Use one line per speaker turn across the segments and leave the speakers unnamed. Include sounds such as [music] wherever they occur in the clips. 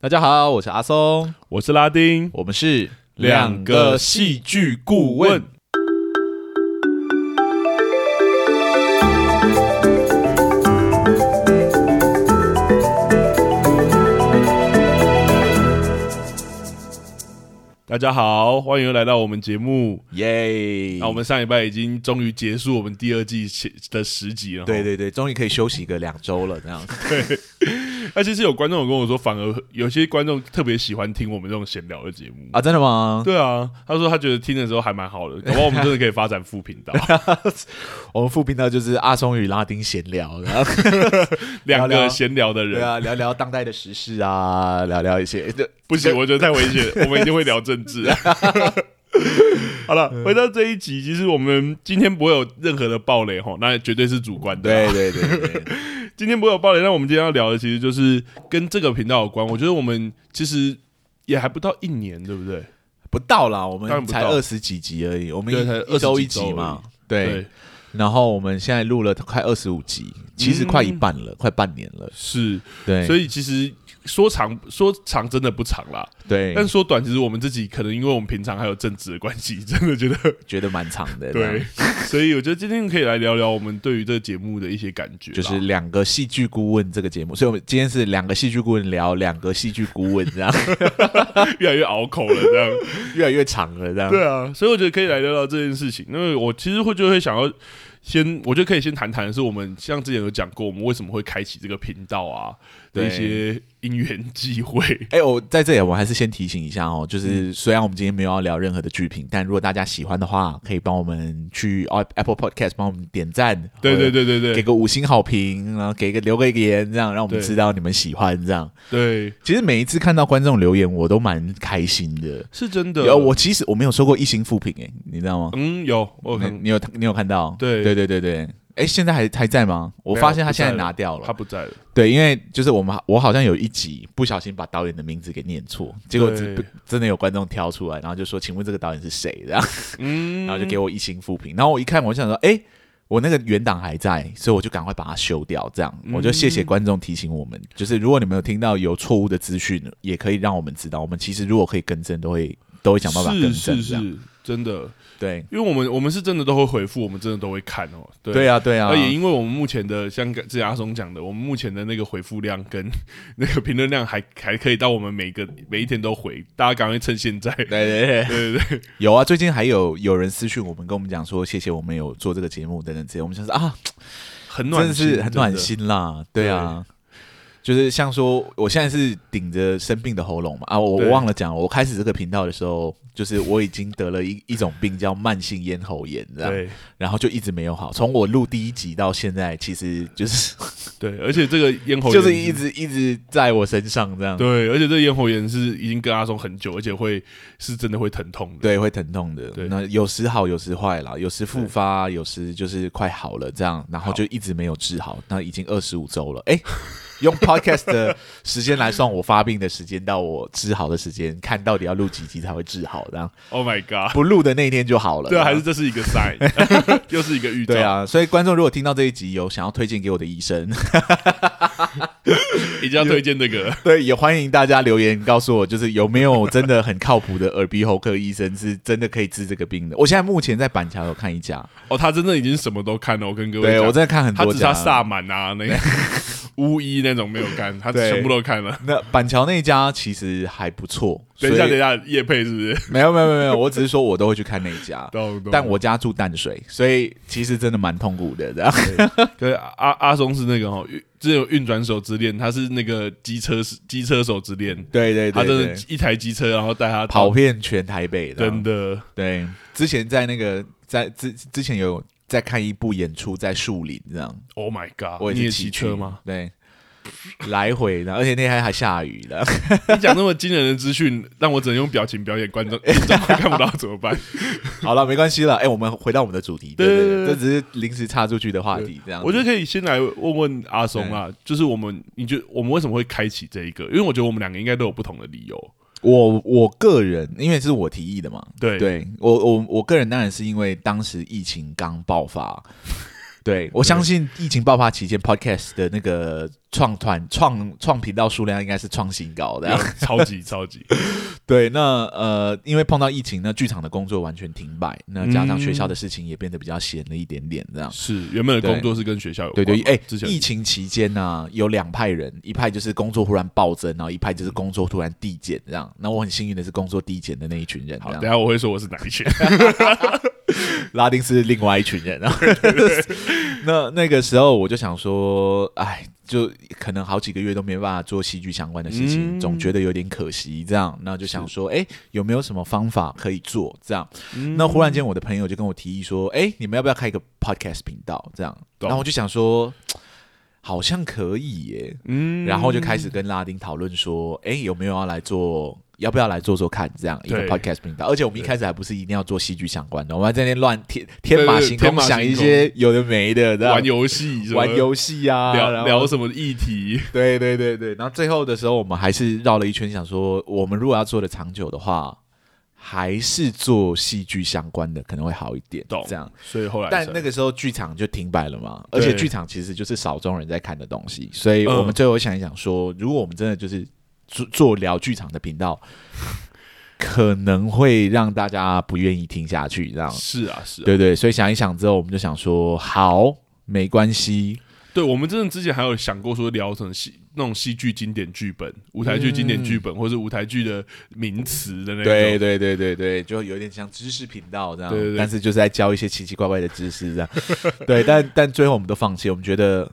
大家好，我是阿松，
我是拉丁，
我们是
两个戏剧顾问。大家好，欢迎来到我们节目。
嗯耶！
那我们上礼拜已经终于结束我们第二季的十集了，
对。对对，终于可以休息个两周了，这样
[laughs] 那其实有观众有跟我说，反而有些观众特别喜欢听我们这种闲聊的节目
啊？真的吗？ [laughs]
对啊，他说他觉得听的时候还蛮好的，搞不好我们真的可以发展副
[laughs]
频道，
我们副频道就是阿松与拉丁闲聊，然后
两
聊聊
个闲聊的
对
人。
啊，聊聊当代的时事啊，聊聊一些就
不行，我觉得太危险，
啊
我们一定会聊
[laughs]
政治。 [laughs] 好了，回到这一集，其实我们今天不会有任何的暴雷哈，那绝对是主观的啊。
对对对对对，
今天不会有暴雷，那我们今天要聊的其实就是跟这个频道有关。我觉得我们其实也还不到一年，对不对？
不到啦，我
当
们
然不
才
到
二十几集而已，我们
对才
一一
20
周
几
一集
周
嘛
而，
对。，然后我们现在录了快二十五集，其实快一半了，快半年了，
是，
对，
所
以
以其实说长说长真的不长啦，
对，
但说短，其实我们自己可能因为我们平常还有政治的关系，真的觉得
觉得蛮长的，这样
对，
[laughs]
所以我觉得今天可以来聊聊我们对于这个节目的一些感觉啦，
就是两个戏剧顾问这个节目，所以我们今天是两个戏剧顾问聊两个戏剧顾问，
[laughs]
这样
越来越拗口
[laughs]
了这样。
越来越长了，这样
对啊，所以我觉得可以来聊聊这件事情。因为我其实会就会想要先，我觉得可以先谈谈的是我们像之前有讲过，我们为什么会开启这个频道啊的
对
一些因缘际会。
哎、我在这里我还是先提醒一下哦，
嗯
就是虽然我们今天没有要聊任何的剧评，但如果大家喜欢的话，可以帮我们去 Apple Podcast 帮我们点赞，
对对
对，
对对
给
对
个五星好评，然后给个留个言，这样让我们
对
知道你们喜欢这样。
对，
其实每一次看到观众留言，我都蛮开心的。
是真的。
有我其实我没有收过一星负评，哎，你知道吗？
嗯有我有
你
看
你有你有看到？
对
对对对对。哎，现在还还在吗？我
没有
发现他
不
现在
在了
拿掉
他
了。
不在了，
对，因为就是我们我好像有一集不小心把导演的名字给念错，结果只
对
真的有观众挑出来，然后就说：“请问这个导演是谁？”然后 [laughs]
嗯，
然后就给我一星负评。然后我一看，我就想说：“哎，我那个原档还在，所以我就赶快把它修掉。”这样，我就谢
嗯
谢观众提醒我们，就是如果你们有听到有错误的资讯，也可以让我们知道。我们其实如果可以更正，都会都会想办法更
是
正。
嗯是
这样，
是，真的，
对
因为我们我们是真的都会回复，我们真的都会看哦。对
对啊，对啊
那。也因为我们目前的，像之前阿松讲的，我们目前的那个回复量跟 [laughs] 那个评论量还还可以到我们每个每一天都回，大家赶快趁现在。对
对对对。
[laughs] 对对，
有啊，最近还有有人私讯我们，跟我们讲说谢谢我们有做这个节目等等之类，我们想说啊，
很
真
暖
的
心，
是很暖
真的。
心啦，对啊。就是像说，我现在是顶着生病的喉咙嘛啊，我我
对
忘了讲，我开始这个频道的时候，就是我已经得了一 [laughs] 一种病叫慢性咽喉炎，这样，
对
然后就一直没有好。从我录第一集到现在，其实就是
对，而且这个咽喉
就
炎
是一直一直在我身上这样，
对，而且这个咽喉炎是已经跟阿松很久，而且会是真的会疼痛的。
对，会疼痛的。
对
那有时好，有时坏啦，有时复发，有时就是快好了这样，然后就一直没有治好。那已经二十五周了，哎、用 podcast 的时间来算，我发病的时间到我治好的时间，看到底要录几集才会治好，这样
Oh my
[laughs]
god！
不录的那一天就好了。
对啊，
这
还
样
是这是一个 sign，又 [laughs] 是一个预兆。
对，啊，所以观众如果听到这一集有想要推荐给我的医生， [laughs]
一定要推荐这个。
对，也欢迎大家留言告诉我，就是有没有真的很靠谱的耳鼻喉科医生是真的可以治这个病的。我现在目前在板桥有看一家，
哦，他真的已经什么都看了。我跟各位
对
讲
我真的看很
他
多
只
家
差。萨满啊，那个 [laughs] 巫医那种没有看，他
对
全部都看了。
那板桥那一家其实还不错。
等一下，
所
等
以
一下，叶配是不 [laughs] 是？，
没有没有没有没有，我只是说我都会去看那一家
懂懂
但我家住淡水，所以其实真的蛮痛苦的。这
[laughs]
样
可是阿阿松是那个哦，运之前有运转手之恋，他是那个机车机车手之恋，
对对
他
对
真
对
的，一台机车，然后带他
跑，遍全台北的。
真的
对，之前在那个在之之前有在看一部演出，在树林这样，
，Oh my god！
我
你也
是
骑
骑
车吗？？ [laughs]
对。来回的，而且那天还下雨了。
[laughs] 你讲那么惊人的资讯，让我只能用表情表演，观 [laughs] 众听众会看不到怎么 [laughs] 办？
好了，没关系了。哎、我们回到我们的主题，对
对
对对，这
对对
只是临时插出去的话题，这样子。
我觉得可以先来问问阿松啊，就是我们，你觉得我们为什么会开启这一个？因为我觉得我们两个应该都有不同的理由。
我我个人，因为是我提议的嘛，
对 [laughs]
对我我我个人当然是因为当时疫情刚爆发，对，我相信疫情爆发期间，podcast 的那个创团创创频道数量应该是创新高
[laughs]
的。
超级超 [laughs] 级，
对，那呃，因为碰到疫情，那剧场的工作完全停摆，那加上学校的事情也变得比较闲了一点点，这样。
嗯是原本的工作是跟学校有
对
关嘛，
对，哎、
之前
疫情期间呢、有两派人，一派就是工作忽然暴增，然后一派就是工作突然递减，这样。那我很幸运的是工作递减的那一群人，
好，
这
等
样
一。下我会说我是哪一群，
拉丁是另外一群人啊。 [laughs] 那那个时候我就想说，哎，就可能好几个月都没办法做戏剧相关的事情，
嗯
总觉得有点可惜。这样，那就想说，哎、有没有什么方法可以做？这样，那忽然间我的朋友就跟我提议说，哎、你们要不要开一个 podcast 频道？这样，
懂
然后我就想说。好像可以耶，
嗯
然后就开始跟拉丁讨论说，哎、有没有要来做，要不要来做做看这样一个
对
podcast 频道？而且我们一开始还不是一定要做戏剧相关的，我们还在那边乱天天马行空想一些 [laughs] 有的没的， [laughs] 这样
玩游戏什么，
玩游戏啊，然
聊
后
聊什么议
[laughs]
题，
对对对对，然后最后的时候，我们还是绕了一圈，想说我们如果要做的长久的话，还是做戏剧相关的可能会好一点，
懂
这样。
所以后来
但
才
那个时候剧场就停摆了嘛，而
对
且剧场其实就是少众人在看的东西，所以我们
嗯
最后想一想说，如果我们真的就是做做聊剧场的频道，可能会让大家不愿意听下去，这样
是啊是啊，
对对，所以想一想之后，我们就想说，好，没关系，
对，我们真的之前还有想过说聊成戏那种戏剧经典剧本、舞台剧经典剧本，或是舞台剧的名词的那
嗯
种。
对对对对对，就有点像知识频道这样，
对对对
但是就是在教一些奇奇怪怪的知识这样。 [laughs] 对，但但最后我们都放弃，我们觉得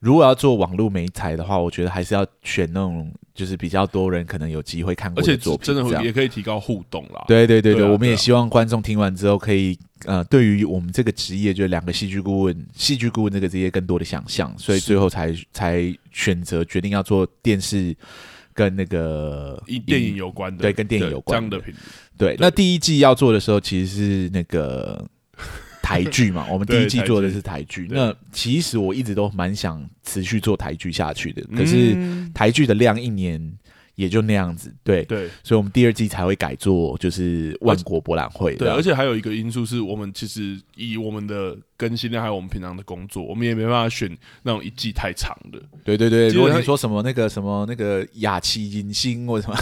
如果要做网络媒材的话，我觉得还是要选那种就是比较多人可能有机会看
而
过
且
的作品，
真的
这
会
样
也可以提高互动啦。
对对对对，
对啊
我们
对
也
啊
希望观众听完之后可以。呃，对于我们这个职业，就是两个戏剧顾问、戏剧顾问这个职业更多的想象，所以
是
最后才才选择决定要做电视跟那个
以电影有关的，
对跟电影有关
这样的频
对，那第一季要做的时候，其实是那
[laughs]
个台剧嘛。我们第一
对
季
台
做的
剧
是台剧。
对
那其实我一直都蛮想持续做台剧下去的，
嗯
可是台剧的量一年也就那样子。对，
对
所以我们第二季才会改做就是万国博览会这
对，
样。
而且还有一个因素是我们其实以我们的更新量还有我们平常的工作，我们也没办法选那种一季太长的，
对对对，
基
如
本
果
上
你说什么那个什么那个雅琪影星或什
[laughs]
么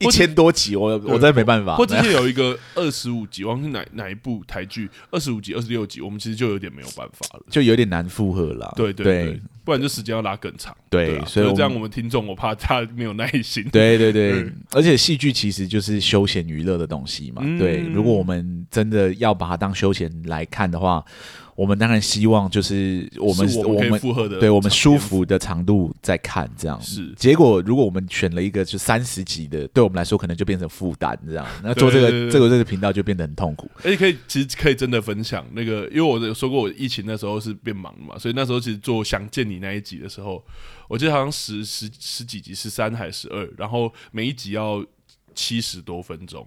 一
或者
千多集，我我
对
真的没办法。
或之前有一个二十五集，忘记哪哪一部台剧，二十五集、二十六集，我们其实就有点没有办法了。
就有点难负荷了。
对
对
对对，不然就时间要拉更长。
对
啊
所以
就
我
这样，
们
我们听众我怕他没有耐心。
对对对
嗯，
而且戏剧其实就是休闲娱乐的东西嘛。
嗯
对，如果我们真的要把它当休闲来看的话，我们当然希望就是我们
[laughs] 是
我
可以
们
负荷的，
对我们舒。服的长度在看这样。
是
结果，如果我们选了一个就三十集的，对我们来说可能就变成负担，这样。那做这个
对对对
这个这个频道就变得很痛苦。
而且可以，其实可以真的分享那个，因为我有说过，我疫情那时候是变忙的嘛，所以那时候其实做《想见你》那一集的时候，我记得好像十十十几集，十三还是十二，然后每一集要七十多分钟。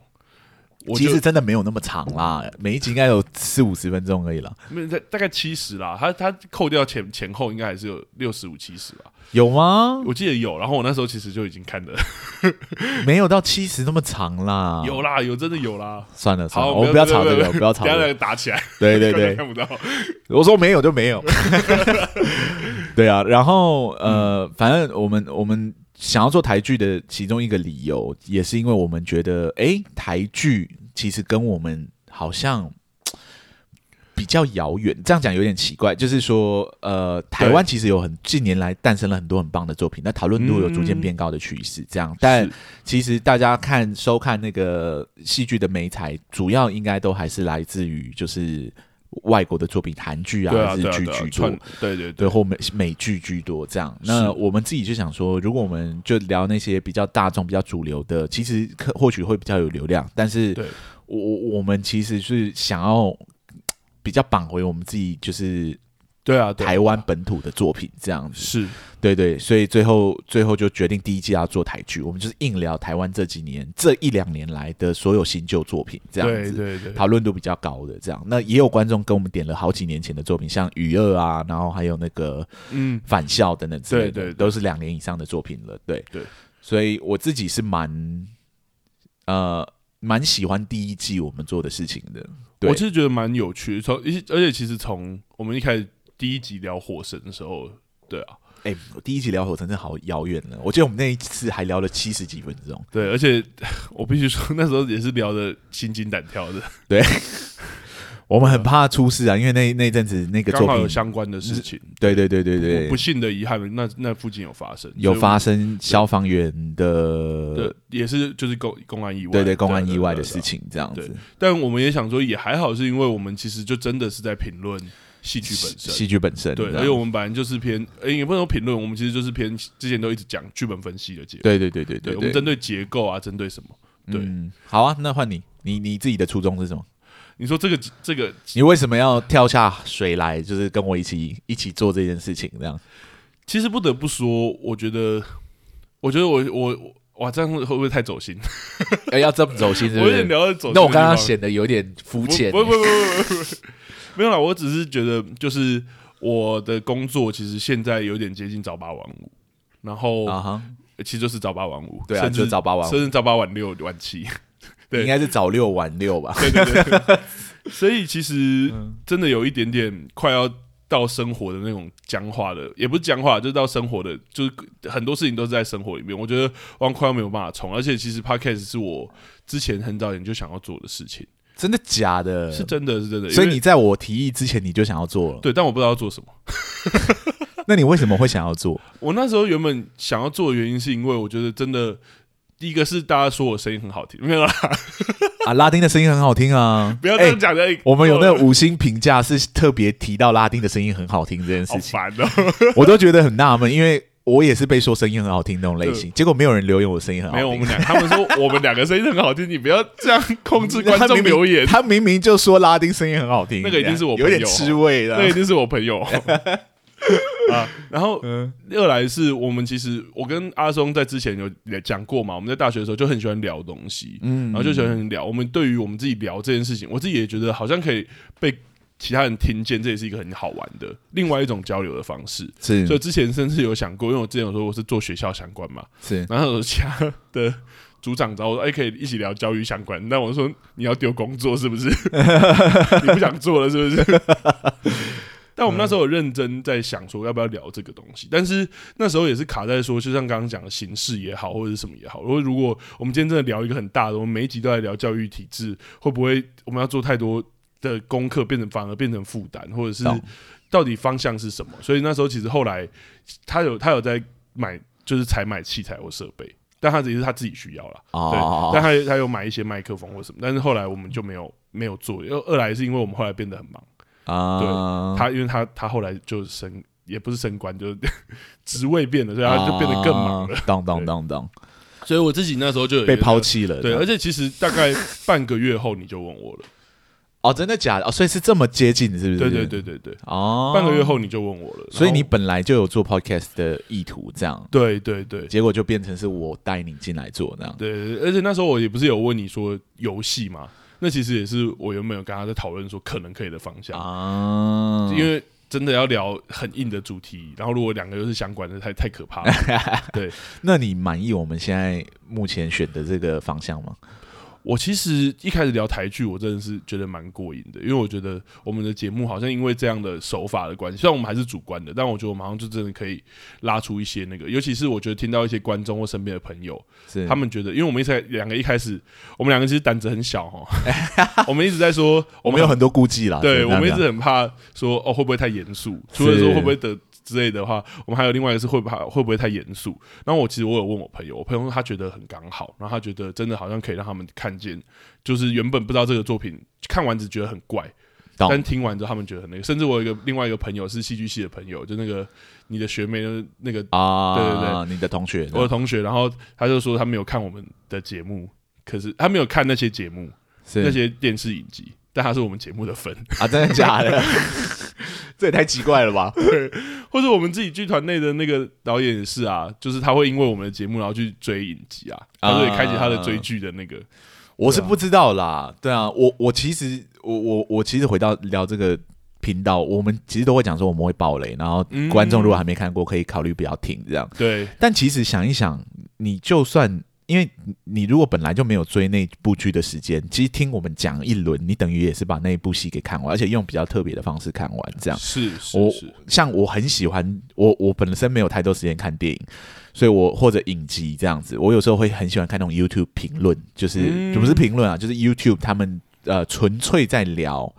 我
其
就
实真的没有那么长啦，每一集应该有四五十分钟而已啦。
没有大大概七十啦，他他扣掉前前后应该还是有六十五七十吧，
有吗？
我记得有。然后我那时候其实就已经看的、
没有到七十那么长啦。
有啦，有真的有啦。
算了算了，
好
啊我们不
不
要
要
吵这
不
个，
要
不要吵
等
这
一下那
个。
个打起来，
对对
根
对，
本看不到。
我说 [laughs] 没有就没有，对啊。然后呃，反正我们我们想要做台剧的其中一个理由，也是因为我们觉得，诶，台剧其实跟我们好像嘖比较遥远。这样讲有点奇怪，就是说，呃，台湾其实有很近年来诞生了很多很棒的作品，那讨论度有逐渐变高的趋势。这样，但
是
其实大家看收看那个戏剧的美材，主要应该都还是来自于就是外国的作品，韩剧啊，
对啊
还是
对啊
剧
对啊
居，多
串，对对
对，
对，
或美美剧居多这样。
是
那我们自己就想说，如果我们就聊那些比较大众、比较主流的，其实可或许会比较有流量，但是
对
我我我们其实是想要比较绑回我们自己就是
对啊，对啊
台湾本土的作品这样子。
是
对对，所以最后最后就决定第一季要做台剧，我们就是硬聊台湾这几年这一两年来的所有新旧作品，这样
对
子
对对，
讨论度比较高的这样。那也有观众跟我们点了好几年前的作品，像《雨二》啊，然后还有那个《
嗯，
返校》等等之类的，
对对对
都是两年以上的作品了。对
对，
所以我自己是蛮呃蛮喜欢第一季我们做的事情的。对
我其实觉得蛮有趣的，从而且而且其实从我们一开始第一集聊火神的时候，对啊，
哎、第一集聊火神真的好遥远了，我记得我们那一次还聊了七十几分钟。
对，而且 [laughs] 我必须说，那时候也是聊的心惊胆跳的，
我们很怕出事啊，因为那那阵子那个
刚
作
好有
品，
相关的事情，
对对对对对
不，幸的遗憾，那那附近有发生，
有
所以
发生消防员
我
的
对，也是就是公公安意外，
对对公安
对
意外的。
对对
事情这样子，
但我们也想说，也还好，是因为我们其实就真的是在评论戏剧本身，
戏剧本身
对，
这
而
样
且我们本来就是偏，诶，也不能说评论，我们其实就是偏之前都一直讲剧本分析的结构，
对对对对
对，我
对
们针对结构啊，针对什么？对
嗯，好啊，那换你，你你自己的初衷是什么？
你说这个这个
你为什么要跳下水来，就是跟我一起一起做这件事情这样？
其实不得不说，我觉得，我觉得我我哇，这样会不会太走心？
哎，要这么走心是
我
不
有点
是？
聊到走心的地方。
那我刚刚显得有点肤浅
不，不不不不不不，没有啦，我只是觉得就是我的工作其实现在有点接近早八晚五，然后、
啊哈，
其实就是早八晚五，
对啊
甚至
就是早八晚五
甚至早八晚六晚七。对
应该是早六晚六吧？
对对对，所以其实真的有一点点快要到生活的那种僵化的，也不是僵化，就是到生活的，就是很多事情都是在生活里面。我觉得我快要没有办法冲，而且其实 podcast 是我之前很早以前就想要做的事情，
[laughs] 真的假的？
是真的是真的。
所以
因为
你在我提议之前你就想要做了，
对，但我不知道要做什么。
那你为什么会想要做？
我那时候原本想要做的原因，是因为我觉得真的。第一个是大家说我声音很好听，没 [laughs] 有啦，
啊，拉丁的声音很好听啊！
[laughs] 不要这
哎
样讲的、
我们有那
个
个五星评价是特别提到拉丁的声音很好听这件
好
事情，
烦哦、
[laughs] 我都觉得很纳闷，因为我也是被说声音很好听
[laughs]
那种类型，结果没有人留言我声音很好
[laughs] 没有，
听。
我们俩他们说我们两个声音很好听，你不要这样控制观
他
众
明明
留 [laughs] 言，
他明明就说拉丁声音很好听，
那个一定是我朋
有
友啊
点吃味
那一
的。
定是我朋 [laughs] 友啊。然后
[laughs] 嗯，
二来是我们其实我跟阿松在之前有也讲过嘛，我们在大学的时候就很喜欢聊东西，
嗯
然后就喜欢聊。我们对于我们自己聊这件事情，我自己也觉得好像可以被其他人听见，这也是一个很好玩的另外一种交流的方式。所以
是
之前甚至有想过，因为我之前有说我是做学校相关嘛，
是，
然后有其他的组长找我说：“哎、可以一起聊教育相关。”那我说：“你要丢工作是
[laughs]
不是？你不想做了是不是？”但我们那时候有认真在想说要不要聊这个东西，但是那时候也是卡在说，就像刚刚讲的形式也好，或者是什么也好。如果如果我们今天真的聊一个很大的，我们每一集都在聊教育体制，会不会我们要做太多的功课，变成反而变成负担，或者是
懂
到底方向是什么？所以那时候其实后来他有他有在买，就是才买器材或设备，但他只是他自己需要啦。对，但
哦，
他他有买一些麦克风或什么，但是后来我们就没有没有做，因为二来是因为我们后来变得很忙，
啊，
他因为他他后来就升也不是升官，就是 [laughs] 职位变了，所以他就变得更忙了。
啊。当当当当，
[laughs] 所以我自己那时候就有
被
一个
抛。弃了。
对，而且其实大概半个月后你就问我了，
哦，真的假的？哦，所以是这么接近，是不是？
对对。对对对，
哦，
半个月，后你就问我了，
所以你
然后
本来就有做 podcast 的意图，这样，
对对对
结果就变成是我带你进来做那样。
对，而且那时候我也不是有问你说游戏嘛，那其实也是我原本有跟他在讨论说可能可以的方向，
啊，
因为真的要聊很硬的主题，然后如果两个又是相关的，太太可怕了。
那你满意我们现在目前选的这个方向吗？
我其实一开始聊台剧，我真的是觉得蛮过瘾的，因为我觉得我们的节目好像因为这样的手法的关系，虽然我们还是主观的，但我觉得我们好像就真的可以拉出一些那个，尤其是我觉得听到一些观众或身边的朋友，
是
他们觉得，因为我们一开两个一开始，我们两个其实胆子很小哈，我们一直在说
我们有很多顾忌啦。
对，
简
我
单
们一
讲
直很怕说哦会不会太严肃，除了说会不会得之类的话，我们还有另外一个是会不会会不会太严肃。然后我其实我有问我朋友，我朋友他觉得很刚好，然后他觉得真的好像可以让他们看见，就是原本不知道这个作品看完只觉得很怪，
懂
但听完之后他们觉得很那个。甚至我有一个另外一个朋友是戏剧系的朋友，就那个你的学妹就是那个
啊，
对对
对，你的同学，
我的同学，然后他就说他没有看我们的节目，可是他没有看那些节目那
是
些电视影集，但他是我们节目的粉。
啊，真的假
[laughs]
的？这也太奇怪了吧？
啊或者我们自己剧团内的那个导演也是啊，就是他会因为我们的节目然后去追影集啊，
啊
他就会开启他的追剧的那个。
我是不知道啦。对啊，我我其实我我我其实回到聊这个频道，我们其实都会讲说我们会爆雷，然后
嗯
观众如果还没看过，可以考虑不要听这样。
对
但其实想一想，你就算因为你如果本来就没有追那部剧的时间，其实听我们讲一轮，你等于也是把那一部戏给看完，而且用比较特别的方式看完。这样，
是是
我
是，
像我很喜欢我我本身没有太多时间看电影，所以我或者影集这样子，我有时候会很喜欢看那种 YouTube 评论，就是、
嗯
就不是评论啊，就是 YouTube 他们呃纯粹在聊。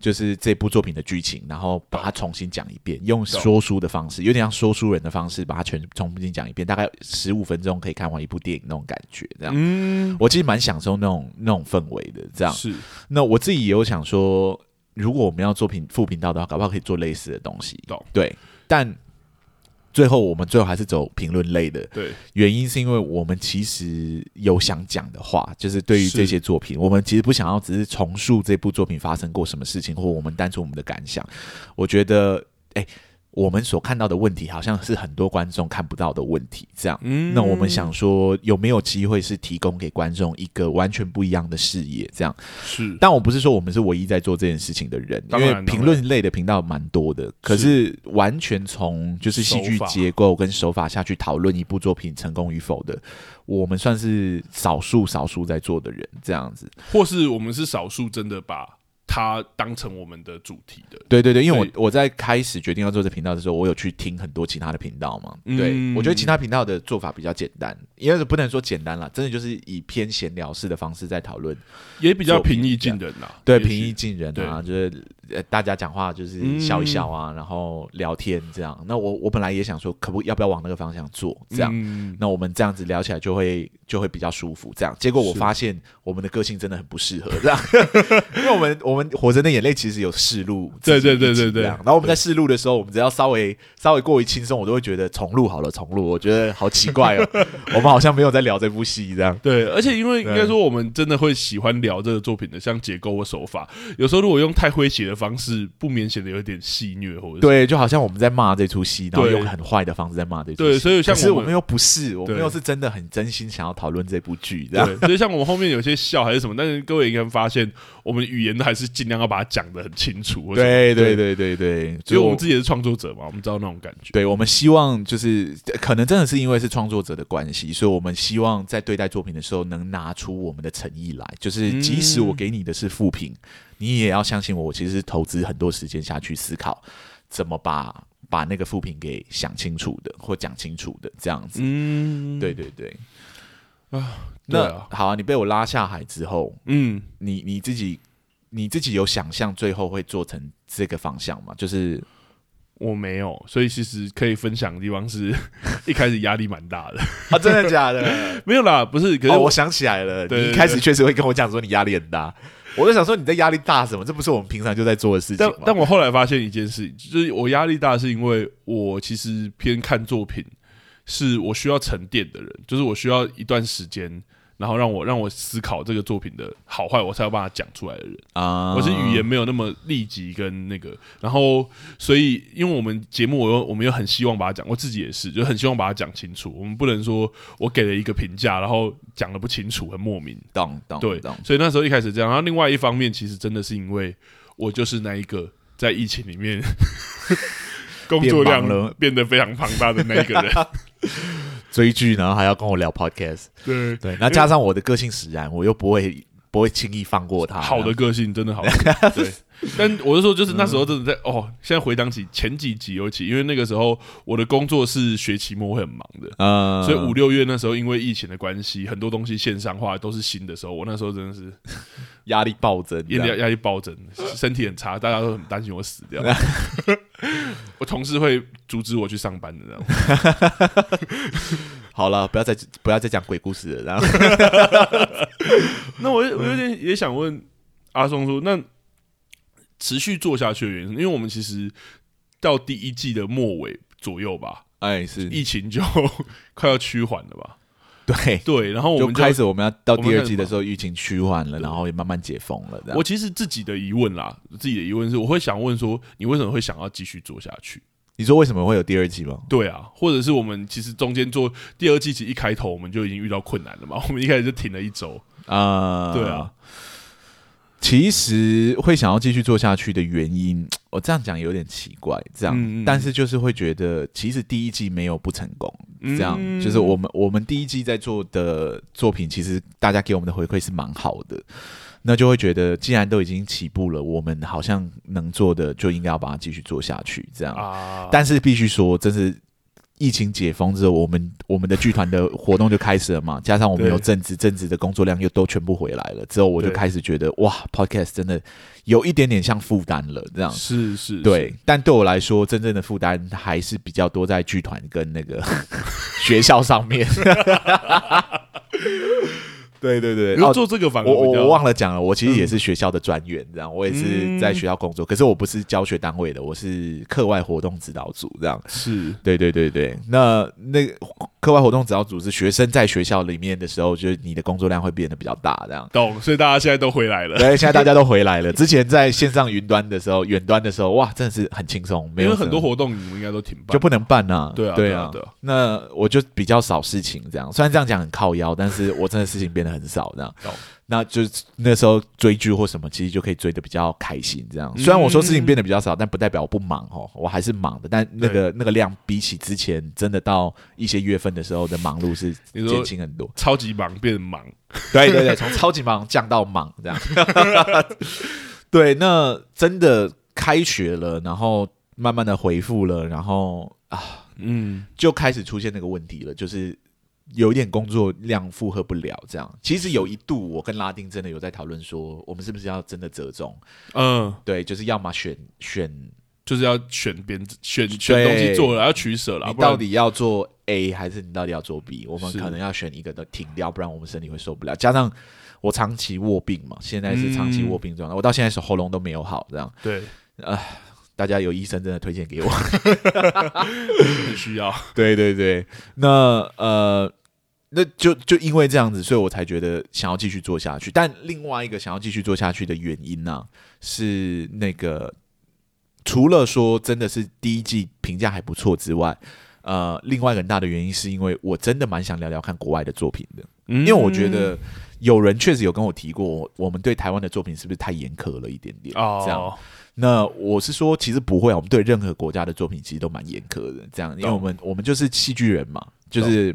就是这部作品的剧情，然后把它重新讲一遍，用说书的方式，有点像说书人的方式，把它全重新讲一遍，大概十五分钟可以看完一部电影那种感觉。这样，
嗯，
我其实蛮享受那种那种氛围的。这样，
是
那我自己也有想说，如果我们要做频副频道的话，搞不好可以做类似的东西
懂。
对，但最后我们最后还是走评论类的，
对，
原因是因为我们其实有想讲的话，就是对于
是
这些作品，我们其实不想要只是重述这部作品发生过什么事情，或我们单纯我们的感想。我觉得，哎、我们所看到的问题，好像是很多观众看不到的问题，这样。
嗯，
那我们想说，有没有机会是提供给观众一个完全不一样的视野？这样，
是
但我不是说我们是唯一在做这件事情的人，因
当然
为评论类的频道蛮多的，可是完全从就是戏剧
手法
结构跟手法下去讨论一部作品成功与否的，我们算是少数少数在做的人这样子。
或是我们是少数真的把它当成我们的主题的，
对对对，因为
对
我我在开始决定要做这频道的时候，我有去听很多其他的频道嘛。
嗯
对，我觉得其他频道的做法比较简单，因为不能说简单啦，真的就是以偏闲聊式的方式在讨论
也比较
作品
平易
这样
近人啦。
对，
也许
平易近人啊，就是呃，大家讲话就是
嗯
笑一笑啊，然后聊天这样。那我我本来也想说，可不要不要往那个方向做，这样。
嗯
那我们这样子聊起来就会就会比较舒服，这样。结果我
是
发现我们的个性真的很不适合，这样， [laughs] 因为我们我们活着的眼泪其实有试录，
对
自己
对
一集
对对对
这样然后我们在试录的时候，我们只要稍微稍微过于轻松，我都会觉得重录好了，重录，我觉得好奇怪
[laughs]
哦，我们好像没有在聊这部戏这样。
对，而且因为应
对
该说，我们真的会喜欢聊这个作品的，像结构或手法。有时候如果用太诙谐的方式，不免显得有点戏谑或者是
对，就好像我们在骂这出戏，然后
对
用很坏的方式在骂这出戏。
对所以像
可是
我
我
们
们又不是，我们
对
又是真的很真心想要讨论这部剧，这样
对，所以像我们后面有些笑还是什么，但是各位应该发现，我们语言都还是尽量要把它讲得很清楚或什么。
对对对对对，
因为我们
就
自己也是创作者嘛，我们知道那种感觉。
对我们希望就是可能真的是因为是创作者的关系，所以我们希望在对待作品的时候能拿出我们的诚意来，就是即使我给你的是负评，你也要相信我，我其实是投资很多时间下去思考怎么把把那个负评给想清楚的或讲清楚的这样子。
嗯，
对，对对，啊，
对
那
啊
好啊，你被我拉下海之后，
嗯，
你你自己你自己有想象最后会做成这个方向吗？就是
我没有，所以其实可以分享的地方是 [laughs] 一开始压力蛮大的， [laughs]
啊，真的 [laughs] 假的？
没有啦，不是，可是
哦，
我
我想起来了，
对
你
对
一开始确实会跟我讲说你压力很大，我就想说你在压力大什么？这不是我们平常就在做的事情
但
吗？
但我后来发现一件事情，就是我压力大，是因为我其实偏看作品，是我需要沉淀的人，就是我需要一段时间，然后让我让我思考这个作品的好坏，我才有办法讲出来的人。
啊
我是语言没有那么立即跟那个，然后所以因为我们节目我又我们又很希望把它讲，我自己也是，就很希望把它讲清楚。我们不能说我给了一个评价，然后讲的不清楚，很莫名。
懂懂
对
哦懂，，
所以那时候一开始这样，然后另外一方面，其实真的是因为我就是那一个在疫情里面工作量
变忙了
变得非常庞大的那一
[laughs]
个人。
追剧然后还要跟我聊 podcast，
对，
对，那加上我的个性使然，我又不会不会轻易放过他。
好的个性真 [laughs] 的好。对，但我就说，就是那时候真的在、哦，现在回想起前几集尤其，因为那个时候我的工作是学期末会很忙的。
呃，
所以五六月那时候，因为疫情的关系，很多东西线上化都是新的时候，我那时候真的是
压力暴增，
压力压力暴增，身体很差，大家都很担心我死掉。 [laughs] 我同事会阻止我去上班的那种。
好了，不要再不要再讲鬼故事了。然后
[laughs] 那我我有点也想问阿松叔，那持续做下去的原因，因为我们其实到第一季的末尾左右吧，
哎，是
[laughs] 疫情就快要趋缓了吧？
对，
对，然后我
就
们就
开始我们要到第二季
我们开
的
始
时候，疫情趋缓了，然后也慢慢解封了。这样
我其实自己的疑问啦，自己的疑问是，我会想问说，你为什么会想要继续做下去？
你说为什么会有第二季吗？
对啊，或者是我们其实中间做第二季，其实一开头我们就已经遇到困难了嘛，我们一开始就停了一周。
啊、
对啊，
其实会想要继续做下去的原因，我这样讲有点奇怪，这样，
嗯嗯嗯
但是就是会觉得，其实第一季没有不成功，
嗯
这样，就是我们我们第一季在做的作品，其实大家给我们的回馈是蛮好的，那就会觉得，既然都已经起步了，我们好像能做的就应该要把它继续做下去，这样。
啊，
但是必须说，真是疫情解封之后，我们我们的剧团的活动就开始了嘛，加上我们
对
有正职，正职的工作量又都全部回来了，之后我就
对
开始觉得哇，podcast 真的有一点点像负担了，这样。
是是，
对，但对我来说，真正的负担还是比较多在剧团跟那个 [laughs] 学校上面。 [laughs] 对对对，
是，然后
哦，
做这个反而
我我
比较嗯
我忘了讲了，我其实也是学校的专员，这样，我也是在学校工作，可是我不是教学单位的，我是课外活动指导组这样。
是
对对对对，那那个课外活动指导组是学生在学校里面的时候，就是你的工作量会变得比较大，这样。
懂，所以大家现在都回来了，
对，现在大家都回来了。之前在线上云端的时候，远端的时候，哇，真的是很轻松，没
因
有
为
什么
很多活动你们应该都停办，
就不能办呐、
对啊
对
对啊对啊
那我就比较少事情这样，虽然这样讲很靠腰，但是我真的事情变得很少这样
懂。
那就是那时候追剧或什么，其实就可以追的比较开心这
嗯
样。虽然我说事情变得比较少，但不代表我不忙哦，我还是忙的。但那个那个量比起之前，真的到一些月份的时候的忙碌是
你说
减轻很多。
超级忙变忙，
对对对，从超级忙降到忙这
[laughs]
样。对，那真的开学了，然后慢慢的回复了，然后啊。
嗯，
就开始出现那个问题了，就是有一点工作量负荷不了这样。其实有一度我跟拉丁真的有在讨论说，我们是不是要真的折中？
嗯，
对，就是要么选选你
就是要选边选选东西做了，要取舍啊了，不然
到底要做 A 还是你到底要做 B？我们
是
可能要选一个的停掉，不然我们身体会受不了。加上我长期卧病嘛，现在是长期
嗯
卧病状态，我到现在是喉咙都没有好，这样
对
大家有医生真的推荐给我。
很需要，
对对对，那呃，那就就因为这样子，所以我才觉得想要继续做下去。但另外一个想要继续做下去的原因呢、是那个除了说真的是第一季评价还不错之外。呃，另外一个很大的原因是因为我真的蛮想聊聊看国外的作品的，
因
嗯因为我觉得有人确实有跟我提过，我我们对台湾的作品是不是太严苛了一点点？这样，
哦，
那我是说，其实不会啊，我们对任何国家的作品其实都蛮严苛的，这样，因为
懂
我们我们就是戏剧人嘛，就是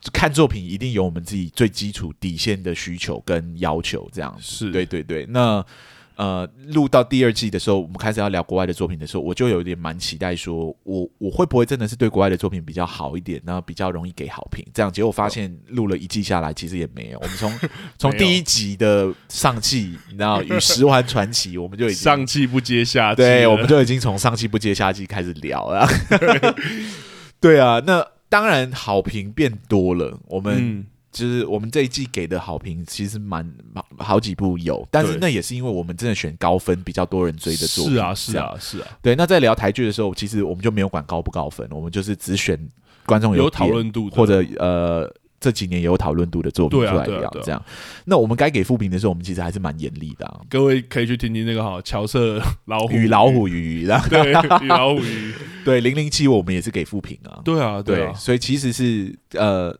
就看作品一定有我们自己最基础底线的需求跟要求，这样
是
对对对，那呃，录到第二季的时候，我们开始要聊国外的作品的时候，我就有点蛮期待说，我我会不会真的是对国外的作品比较好一点，然后比较容易给好评？这样，结果发现录了一季下来，其实也没有。我们从 [laughs] 从第一集的上季，你知道与十环传奇，我们就已经
上气不接下气了，
对，我们就已经从上季不接下季开始聊了。 [laughs] 对啊，那当然好评变多了，我们、
嗯
就是我们这一季给的好评其实蛮好好几部有，但是
对
那也是因为我们真的选高分比较多人追的作品。
是啊是
这样，
啊是啊，
对。那在聊台剧的时候，其实我们就没有管高不高分，我们就是只选观众
有
点
讨论度的
或者呃这几年也有讨论度的作品
对啊
出来
对啊
聊
对啊
这样。那我们该给负评的时候，我们其实还是蛮严厉的、啊，
各位可以去听听那个哈乔瑟老虎
与老虎鱼鱼的。
哦 [laughs] 对与老虎鱼，
[laughs] 对零零七，我们也是给负评啊。
对啊
对，
啊。
所以其实是呃，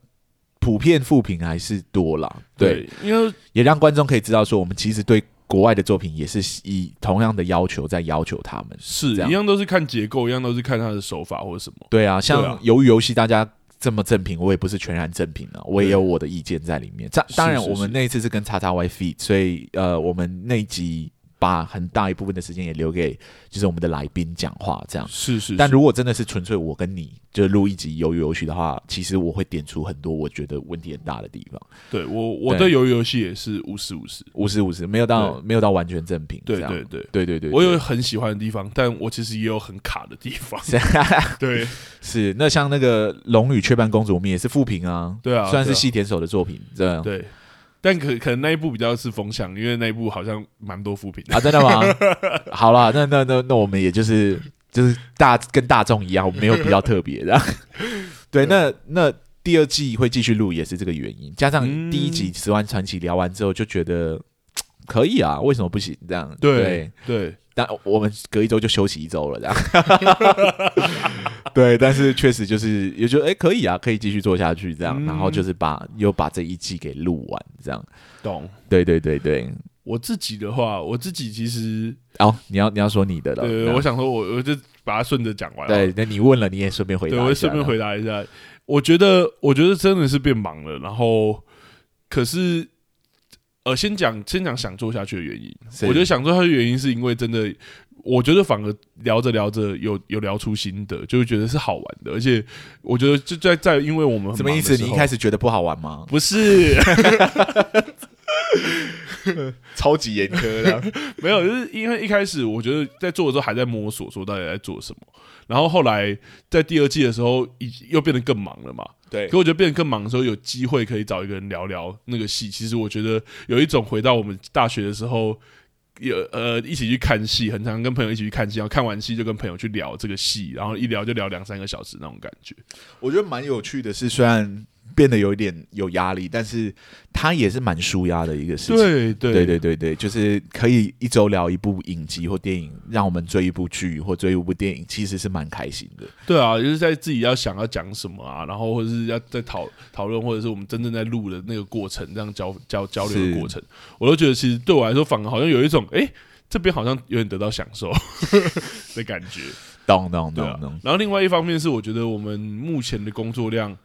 普遍负评还是多啦。对，
对，因为
也让观众可以知道说，我们其实对国外的作品也是以同样的要求在要求他们。
是
这样
一样都是看结构，一样都是看他的手法或者什么。
对啊，
对
像
啊
鱿鱼游戏，大家这么正评，我也不是全然正评啊，我也
对
有我的意见在里面。当
是
当然，
是
我们
是
那一次是跟叉叉 Y feed，所以呃，我们那一集把很大一部分的时间也留给就是我们的来宾讲话这样。
是是，
但
是
如果真的是纯粹我跟你就录一集鱿鱼游戏的话，其实我会点出很多我觉得问题很大的地方，
对我我
对
对鱿鱼游戏也是五十五十。
五十五十，没有到
对
没有到完全正品这
对
样。
对对，
对对对，[laughs]
我有
对
很喜欢的地方，但我其实也有很卡的地方。
啊
[laughs] 对
是那像那个《龙与雀斑公主》，我们也是复评啊，[laughs]
对啊，
虽然是
对啊
细田守的作品，这样
对，但可可能那一部比较是风向，因为那一部好像蛮多负评的。
啊，真的吗？ [laughs] 好啦，那那那那我们也就是就是大跟大众一样，我们没有比较特别
[laughs]
的。对，那那第二季会继续录也是这个原因，加上
嗯
第一集《十万传奇》聊完之后就觉得。嘖可以啊，为什么不行？这样
对对，
但我们隔一周就休息一周了，这样。 [laughs] 对，但是确实就是也觉得哎、诶可以啊，可以继续做下去这样，
嗯
然后就是把又把这一季给录完这样。
懂。
对对对对，
我自己的话，我自己其实
哦，你要你要说你的了，
对，
那
我想说我，我就把它顺着讲完。
对，那你问了，你也顺便回答一
对，
下，
我顺便回答一下。我觉得，我觉得真的是变忙了。然后，可是，呃，先讲先讲想做下去的原因。
是
我觉得想做下去的原因是因为真的，我觉得反而聊着聊着有有聊出心得，就会觉得是好玩的。而且，我觉得就在在因为我们很
[laughs] 什么
忙
意
的
思？
时
你一
候
开始觉得不好玩吗？
不是
超级严苛的，
没有，就是因为一开始我觉得在做的时候还在摸索，说到底在做什么。然后后来在第二季的时候，已又变得更忙了嘛。
[laughs] 对
可，我觉得变得更忙的时候，有机会可以找一个人聊聊那个戏。其实我觉得有一种回到我们大学的时候，有呃一起去看戏，很常跟朋友一起去看戏，然后看完戏就跟朋友去聊这个戏，然后一聊就聊两三个小时那种感觉。
我觉得蛮有趣的是，虽然变得有一点有压力，但是它也是蛮舒压的一个事情。
对对
对对对对，就是可以一周聊一部影集或电影，让我们追一部剧或追一部电影，其实是蛮开心的。
对啊，就是在自己要想要讲什么啊，然后或者是要在讨讨论，或者是我们真正在录的那个过程，这样交交交流的
是
过程，我都觉得其实对我来说，反而好像有一种哎。诶这边好像有点得到享受 [laughs] 的感觉，
懂懂
对啊
懂懂。。
然后另外一方面是，我觉得我们目前的工作量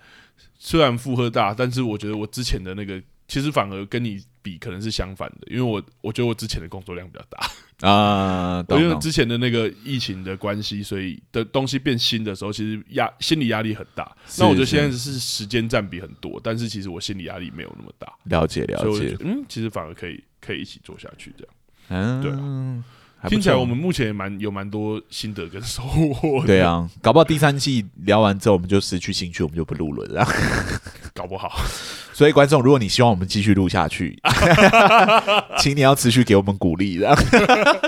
虽然负荷大，但是我觉得我之前的那个其实反而跟你比可能是相反的，因为我我觉得我之前的工作量比较大。
啊，
我
懂
因为
懂
之前的那个疫情的关系，所以的东西变新的时候，其实压心理压力很大。
是
那我觉得现在是时间占比很多，但是其实我心理压力没有那么大，
了解了
所以我就
解
觉，得嗯，其实反而可以可以一起做下去这样。
嗯，
对啊
还不错
听起来我们目前也蛮有蛮多心得跟收获，
对，啊，搞不好第三季聊完之后我们就失去兴趣，我们就不录了。然后，
搞不好
[laughs] 所以观众，如果你希望我们继续录下
[laughs]
去，请你要持续给我们鼓励，然后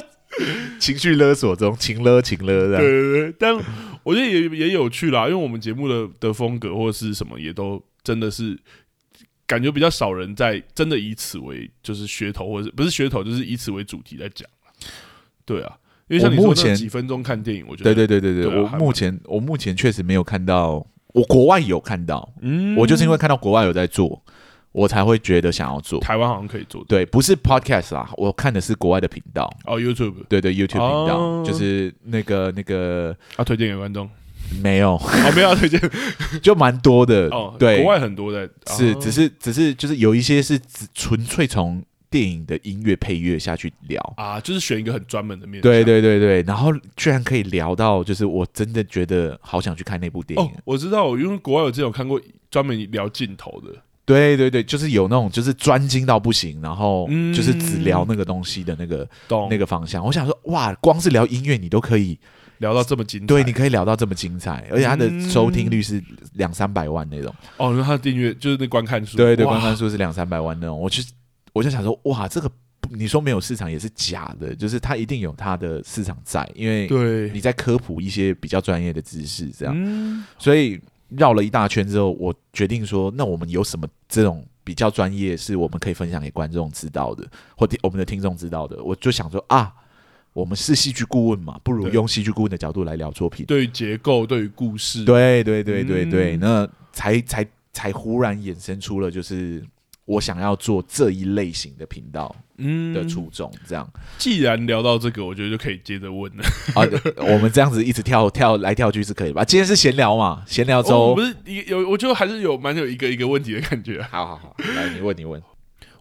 [laughs] 情绪勒索中，情勒情勒
对
的。
对对，但我觉得也也有趣啦，因为我们节目的的风格或者是什么也都真的是。感觉比较少人在真的以此为就是噱头，或者是不是噱头，就是以此为主题在讲啦对啊，因为像你
我
说
目
那
前
几分钟看电影，我觉得
对对对对
对啊
对，我
还蛮
目前我目前确实没有看到，我国外有看到，
嗯
我就是因为看到国外有在做，我才会觉得想要做。
台湾好像可以做的
对，不是 podcast 啦，我看的是国外的频道，
哦，YouTube
对对 YouTube 频道，
哦
就是那个那个
要啊推荐给观众， [laughs]
没有， [laughs]
哦，没有要推荐
就蛮多的。
哦，
对，
国外很多在
是，
哦
只是只是就是有一些是只纯粹从电影的音乐配乐下去聊。
啊，就是选一个很专门的面向，
对对对对，然后居然可以聊到，就是我真的觉得好想去看那部电
哦
影。，
我知道，因为国外我之前有看过专门聊镜头的，
对对对，就是有那种就是专精到不行，然后
嗯
就是只聊那个东西的那个、
懂
那个方向。我想说，哇，光是聊音乐你都可以，
聊到这么精彩，
对，你可以聊到这么精彩，而且它的
嗯
收听率是两三百万那种。
哦，那他的订阅就是那观看数，
对对，
哇
观看数是两三百万那种。我就我就想说，哇，这个不你说没有市场也是假的，就是它一定有它的市场在，因为
对，
你在科普一些比较专业的知识，这样，
嗯，
所以绕了一大圈之后，我决定说，那我们有什么这种比较专业是我们可以分享给观众知道的，或听我们的听众知道的？我就想说啊。我们是戏剧顾问嘛，不如
对
用戏剧顾问的角度来聊作品。
对于结构，对于故事，
对对对对对，
嗯
那才才才忽然衍生出了，就是我想要做这一类型的频道
嗯
的初衷，这样、
既然聊到这个，我觉得就可以接着问了。
啊，我们这样子一直跳跳来跳去是可以吧？今天是闲聊嘛，闲聊
哦
周，
不是一有，我觉得还是有蛮有一个一个问题的感觉啊、
好好好，来你问你问，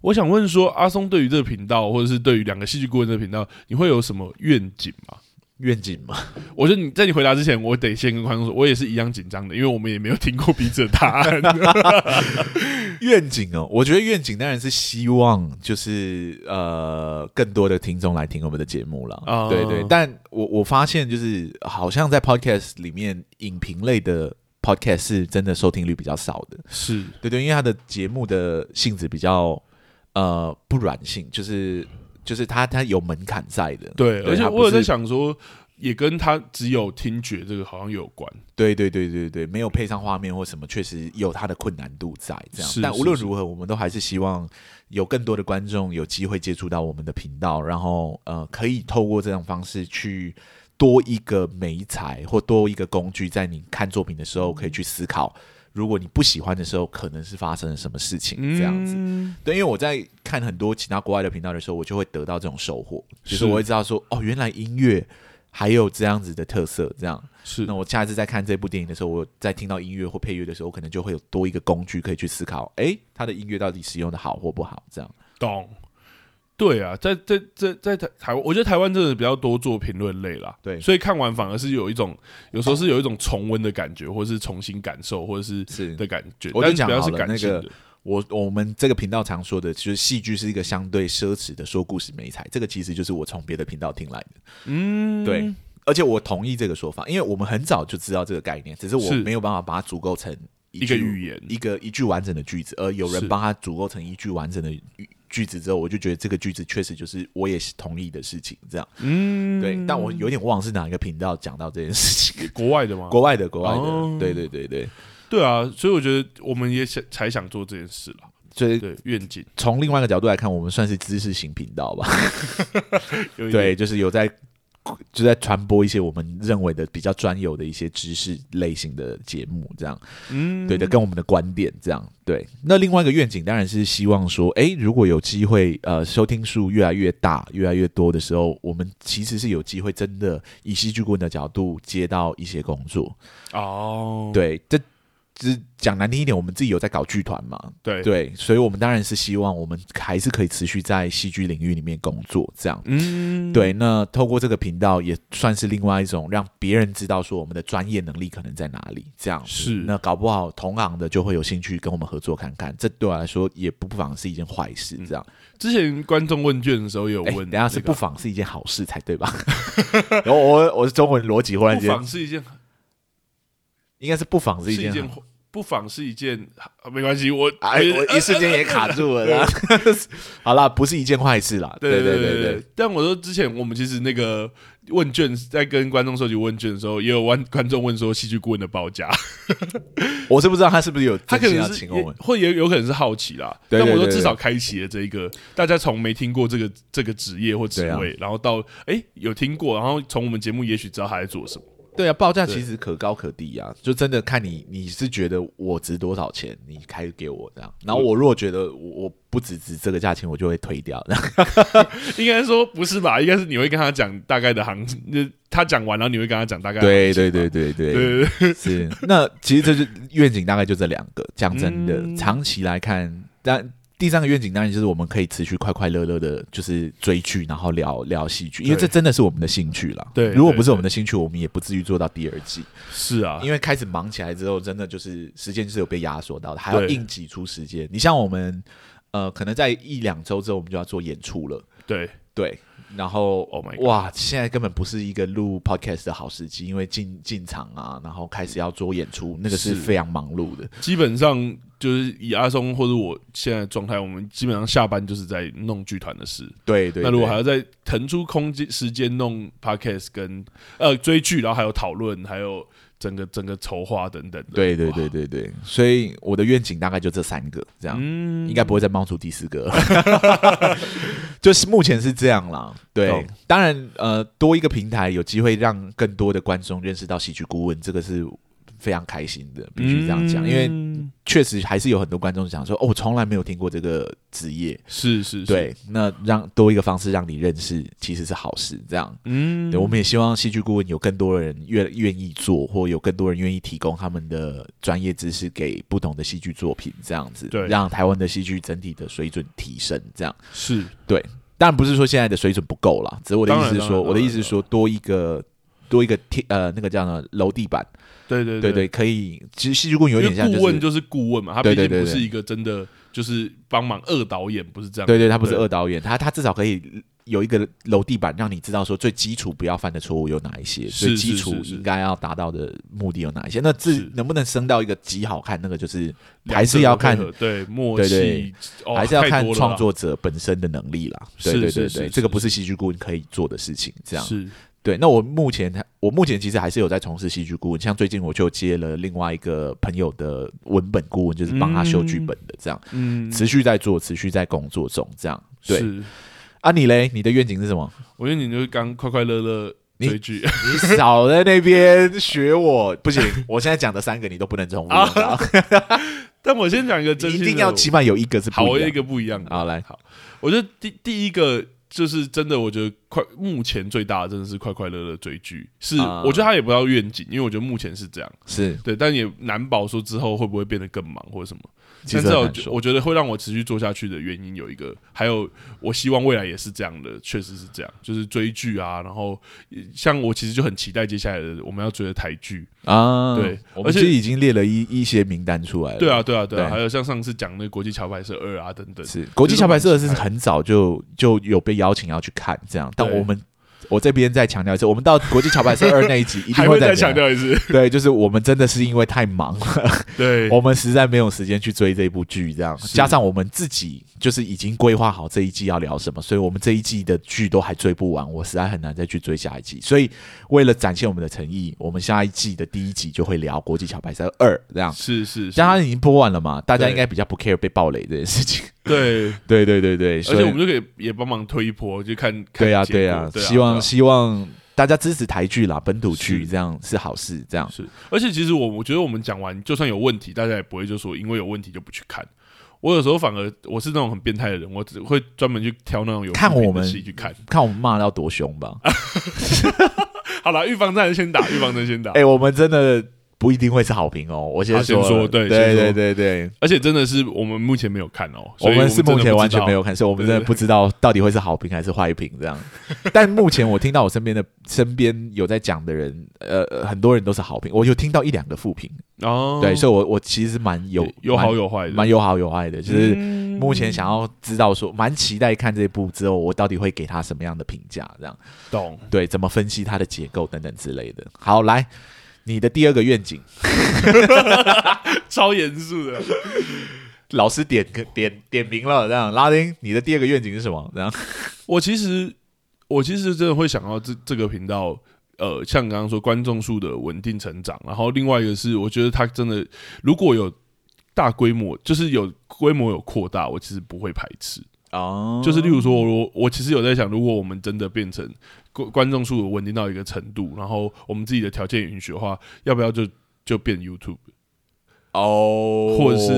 我想问说，阿松对于这个频道，或者是对于两个戏剧顾问这个频道，你会有什么愿景吗？
愿景嘛，
我觉得你在你回答之前，我得先跟观众说，我也是一样紧张的，因为我们也没有听过彼此的答案。
[laughs] 愿景哦，我觉得愿景当然是希望就是呃更多的听众来听我们的节目了，
哦
对对，但我我发现就是好像在 podcast 里面影评类的 podcast 是真的收听率比较少的。
是，
对对，因为他的节目的性质比较呃不软性，就是就是他他有门槛在的。
对，而且
它不
我有在
是，
想说，也跟他只有听觉这个好像有关。
对对对对对，没有配上画面或什么，确实有他的困难度在这样
是。
但
是
无论
是
如何，我们都还是希望有更多的观众有机会接触到我们的频道，然后呃，可以透过这种方式去。多一个媒材或多一个工具，在你看作品的时候可以去思考如果你不喜欢的时候，可能是发生了什么事情这样子。
嗯
对，因为我在看很多其他国外的频道的时候，我就会得到这种收获，就是
是
我会知道说，哦，原来音乐还有这样子的特色，这样。
是
那我下次在看这部电影的时候，我在听到音乐或配乐的时候，我可能就会有多一个工具可以去思考，诶，他的音乐到底使用的好或不好，这样。
懂。对啊，在在在在台台湾，我觉得台湾真的比较多做评论类啦，
对
所以看完反而是有一种，有时候是有一种重温的感觉，或是重新感受，或者是
是
的感觉。
我就
但是
讲
比较
好
是
了
感性
那
的，
个我我们这个频道常说的，就是戏剧是一个相对奢侈的说故事美材，这个其实就是我从别的频道听来的。
嗯，
对，而且我同意这个说法，因为我们很早就知道这个概念，只是我
是
没有办法把它足构成一
一个
句
语言
一个一句完整的句子，而有人
是
帮他足构成一句完整的语句子之后，我就觉得这个句子确实就是我也是同意的事情，这样。
嗯，
对，但我有点忘是哪一个频道讲到这件事
[laughs]
情，
国外的吗？
国外的，国外
哦
的，对对对对，
对啊，所以我觉得我们也想才想做这件事啦。
所以
对，愿景
从另外一个角度来看，我们算是知识型频道吧。
有
[laughs]
一点
对，就是有在就在传播一些我们认为的比较专有的一些知识类型的节目，这样
嗯，
对的，跟我们的观点这样对。那另外一个愿景当然是希望说，诶，如果有机会，呃，收听数越来越大、越来越多的时候，我们其实是有机会真的以戏剧顾问的角度接到一些工作。
哦，
对，这只讲难听一点，我们自己有在搞剧团嘛，
对，
对，所以我们当然是希望我们还是可以持续在戏剧领域里面工作这样。
嗯，
对，那透过这个频道也算是另外一种让别人知道说我们的专业能力可能在哪里，这样子
是
那搞不好同行的就会有兴趣跟我们合作看看，这对我来说也不不妨是一件坏事，这样。
之前观众问卷的时候嗯也有
哎、
问这个，
等一下是不妨是一件好事才对
[laughs]
吧？然后我我是中文逻辑忽然
不
间
妨是一件
应该是不妨是
是
一
一
件
件
好。
不妨是一件啊没关系，我呃
哎，我一瞬间也卡住了啦。 [laughs] 好啦，不是一件坏事啦。
对
对
对
对
对，但我说之前我们其实那个问卷在跟观众收集问卷的时候，也有问观众问说戏剧顾问的报价，
[laughs] 我是不知道他是不是有
他
真
可
心要
能是
请我们
也，或也有可能是好奇啦。
对对
但我说
对对
至少开启了这一个大家从没听过这个这个职业或职
啊
位，然后到哎、有听过，然后从我们节目也许知道他在做什么。 [laughs]
对啊，报价
对
其实可高可低啊，就真的看你你是觉得我值多少钱，你开给我这样。然后我如果觉得我我不只值这个价钱，我就会推掉。然后
应该说不是吧？应该是你会跟他讲大概的行情，就是他讲完，然后你会跟他讲大概的行情吧。
[laughs] 对对
对对对
是。那其实这就愿景大概就这两个，讲真的，
嗯
长期来看，但。第三个愿景当然就是我们可以持续快快乐乐的，就是追剧，然后聊聊戏剧，因为
对
这真的是我们的兴趣啦。
对
如果不
对
是我们的兴趣，我们也不至于做到第二季。
是啊，
因为开始忙起来之后，真的就是时间是有被压缩到的，还要
对
硬挤出时间。你像我们，呃，可能在一两周之后，我们就要做演出了，
对，
对。然后
Oh my God
哇，现在根本不是一个录 podcast 的好时机，因为进进场啊，然后开始要做演出，那个是
是
非常忙碌的。
基本上就是以阿松或者我现在的状态，我们基本上下班就是在弄剧团的事。
对对
那如果还
对
要再腾出空间时间弄 podcast 跟呃追剧，然后还有讨论，还有整个整个筹划等等的，
对对
哇
对，对对，所以我的愿景大概就这三个，这样、
嗯
应该不会再冒出第四个 [laughs] 了就是目前是这样啦。对
懂，
当然呃，多一个平台有机会让更多的观众认识到喜剧顾问，这个是非常开心的，必须这样
嗯
讲，因为
为
确实还是有很多观众想说，哦，我从来没有听过这个职业。
是是，是
对，那让多一个方式让你认识，其实是好事。这样，
嗯
对，我们也希望戏剧顾问有更多人愿愿意做，或有更多人愿意提供他们的专业知识给不同的戏剧作品，这样子，
对
让台湾的戏剧整体的水准提升。这样，
是
当然不是说现在的水准不够啦，只是我的
当
意
然
思是
当
说，
然
我的
当
意
然
思是说多一个。多一个天呃，那个叫什么楼地板，
对对
对
对
对，可以。其实戏剧顾问有
因
点像
为顾
就是
问，就是顾问嘛，他
对
毕
对
竟
对
不
对
是一个真的就是帮忙二导演，不是这样。
对对，他不是
对
二导演，他他至少可以有一个楼地板，让你知道说最基础不要犯的错误有哪一些，
是
最
是
基础
是是
应该要达到的目的有哪一些。那这
是
能不能升到一个极好看，那个就是
两
还是要看
者。的配合对默
对对
契，哦
还是要
太
看
多了啦
创作者本身的能力啦，对
是
对
是
对
是
对，
是
这个不是戏剧顾问可以做的事情。这样
是
对，那我目前我目前其实还是有在从事戏剧顾问，像最近我就接了另外一个朋友的文本顾问，就是帮他修剧
嗯
本的，这样
嗯
持续在做，持续在工作中，这样对。
是
啊，你嘞，你的愿景是什么？
我觉得你就是刚快快乐乐
你 [laughs]
追剧
你少在那边学我，不 [laughs] 行！我现在讲的三个你都不能重复用到， [laughs]
但我先讲一个
你
真
一
心的，
定要啊起码有一个是
好
不一
我有
样
一。个不一样的。
好来，
我觉得第第一个就是真的，我觉得快目前最大的真的是快快乐乐追剧，是、
啊
我觉得他也不要愿景，因为我觉得目前是这样，
是
对，但也难保说之后会不会变得更忙或者什么。
其
但
实很
至少
难说
我觉得会让我持续做下去的原因有一个，还有我希望未来也是这样的，确实是这样，就是追剧啊，然后呃像我其实就很期待接下来的我们要追的台剧，
啊，
对
我
而
们
且
其实已经列了一一些名单出来了。
对啊，，对啊，对啊，
对
还有像上次讲那个国际桥牌社二啊等等，
是国际小白社是很早就就有被邀请要去看这样，但
对
我们我这边再强调一次，我们到国际小白社二那一 [laughs] 集一定
还会再
再
强
讲。
调
[laughs]
一次，
对，就是我们真的是因为太忙了，
对，
我们实在没有时间去追这部剧，这样
是
加上我们自己就是已经规划好这一季要聊什么，所以我们这一季的剧都还追不完，我实在很难再去追下一季。所以为了展现我们的诚意，我们下一季的第一集就会聊《国际小白车二》这样。
是是是
加，上已经播完了嘛，大家
对
应该比较不 care 被暴雷这件事情。
对，
对对对对，
而
所以
且我们就可以也帮忙推一波，就看看
对啊
结果
对
对
啊，
啊
希望
对
希望大家支持台剧啦，本土剧
是
这样是好事，这样
啊是，而且其实我我觉得我们讲完，就算有问题，大家也不会就说因为有问题就不去看。我有时候反而我是那种很变态的人，我只会专门去挑那种有
看
批评
我们
的戏去看。 [laughs]
看我们骂到多凶吧。
好了，预防战
[laughs]
先打，预防战先打。
哎、我们真的不一定会是好评哦。我先
啊好先
了
说对
对
先
对
说
对对，
而且真的是我们目前没有看哦，所以
们是
真的
目前
不
完
知
全
道
没有看，所以我们
对
真的不知道到底会是好评还是坏评这样。但目前我听到我身边的身边有在讲的人，呃，呃很多人都是好评，我有听到一两个负评，
哦，
对，所以我我其实蛮有
有
蛮
好有坏的，
蛮有好有坏的，就是。
嗯
目前想要知道说，蛮期待看这部之后，我到底会给他什么样的评价？这样
懂。
对，怎么分析它的结构等等之类的。好，来你的第二个愿景，
超严肃的。
老师点点点名了，这样拉丁，你的第二个愿景是什么？这样
我其实我其实真的会想要这这个频道，呃，像刚刚说观众数的稳定成长，然后另外一个是我觉得它真的如果有大规模，就是有规模有扩大，我其实不会排斥。
哦
就是例如说，我我其实有在想，如果我们真的变成观观众数稳定到一个程度，然后我们自己的条件允许的话，要不要就就变 YouTube？
哦，
或者是、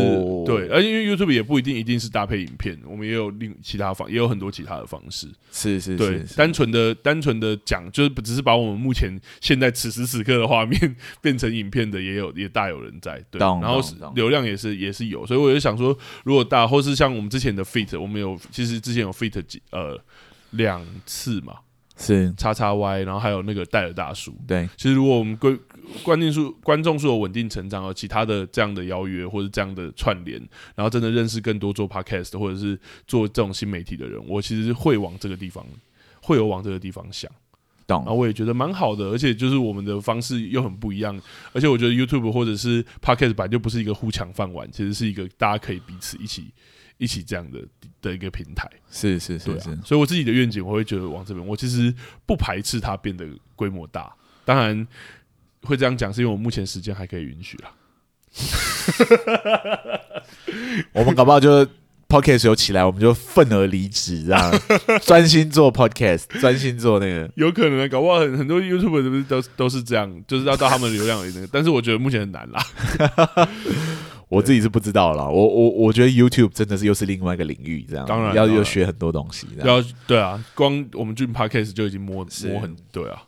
对，而且因为 YouTube 也不一定一定是搭配影片，我们也有另其他方，也有很多其他的方式。
是是
对
是，是，
单纯的单纯的讲，就是不只是把我们目前现在此时此刻的画面 [laughs] 变成影片的，也有也大有人在。对，
懂
然后
懂
是
懂
流量也是也是有，所以我就想说，如果大或是像我们之前的 Fit，我们有其实之前有 Fit 几呃两次嘛，
是
叉叉 Y，然后还有那个戴尔大叔，
对
其实如果我们观观众数观众数有稳定成长，有其他的这样的邀约或者这样的串联，然后真的认识更多做 podcast 或者是做这种新媒体的人，我其实会往这个地方，会有往这个地方想。然后
懂
我也觉得蛮好的，而且就是我们的方式又很不一样，而且我觉得 YouTube 或者是 podcast 版就不是一个互抢饭碗，其实是一个大家可以彼此一起一起这样的的一个平台。
是是
对
是
啊
是，，
所以我自己的愿景，我会觉得往这边，我其实不排斥它变得规模大。当然会这样讲，是因为我目前时间还可以允许啦。
我们搞不好就 podcast 有起来，我们就愤而离职，这样 [laughs] 专心做 podcast，专心做那个。
有可能啊，搞不好很很多 YouTube 是不是都都是这样，就是要到他们的流量有那个，但是我觉得目前很难啦。
我自己是不知道啦，我我我觉得 YouTube 真的是又是另外一个领域，这样
当然
要
当
要
然
学很多东西，这样
[laughs] 要对啊，光我们进 Podcast 就已经摸
是
摸很对啊。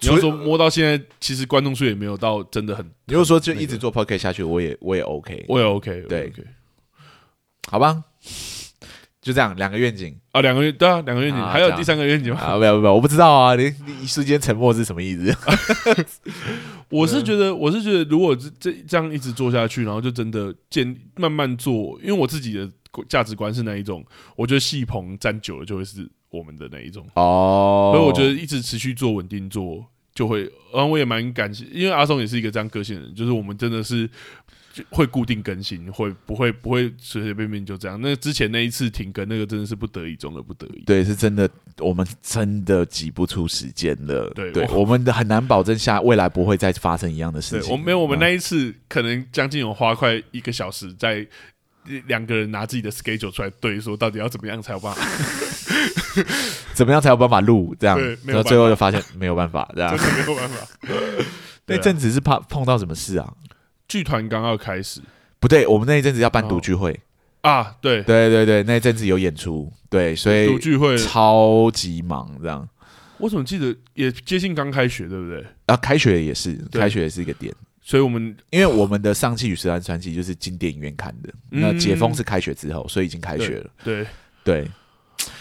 你
除
要说摸到现在，其实观众数也没有到真的很，
如果说就一直做 podcast 下去，我也我也 OK，
我也 OK，
对
OK
好吧？就这样，两个愿景。
啊，两个月对啊，两个愿景，
啊
还
这
有
样
第三个愿景吗？
啊，没有没有，我不知道啊，你你一瞬间沉默是什么意思？
我是觉得，我是觉得，如果这这这样一直做下去，然后就真的建慢慢做，因为我自己的价值观是那一种，我觉得戏棚站久了就会是我们的那一种，
[laughs] 哦
所以我觉得一直持续做，稳定做，就会，然后我也蛮感谢，因为阿松也是一个这样个性的人，就是我们真的是。就会固定更新，会不会不会随随便便就这样？那之前那一次停更，那个真的是不得已中的不得已。
对，是真的，我们真的挤不出时间了。
对
对，
我
我们很难保证下未来不会再发生一样的事
对，
情。嗯啊
我没有，我们那一次可能将近有花快一个
[laughs]
小时在。呃两个人拿自己的 schedule 出来对，说到底要怎么样才有办法？
怎么样才有办法录这样
对？没有
然后
办法
最后就发现没有办法这样
真。的没有办法。对
那
啊
阵子是怕碰到什么事啊？
剧团刚要开始
不对，我们那一阵子要办独聚会，
啊，对，
对对对，那一阵子有演出，对，所以
读聚会，
超级忙这样。
我怎么记得也接近刚开学，对不对？
啊，开学也是，
对
开学也是一个点，
所以我们
因为我们的《上汽与十三传奇》就是进电影院看的，
嗯
那解封是开学之后，所以已经开学了。
对 [laughs]
对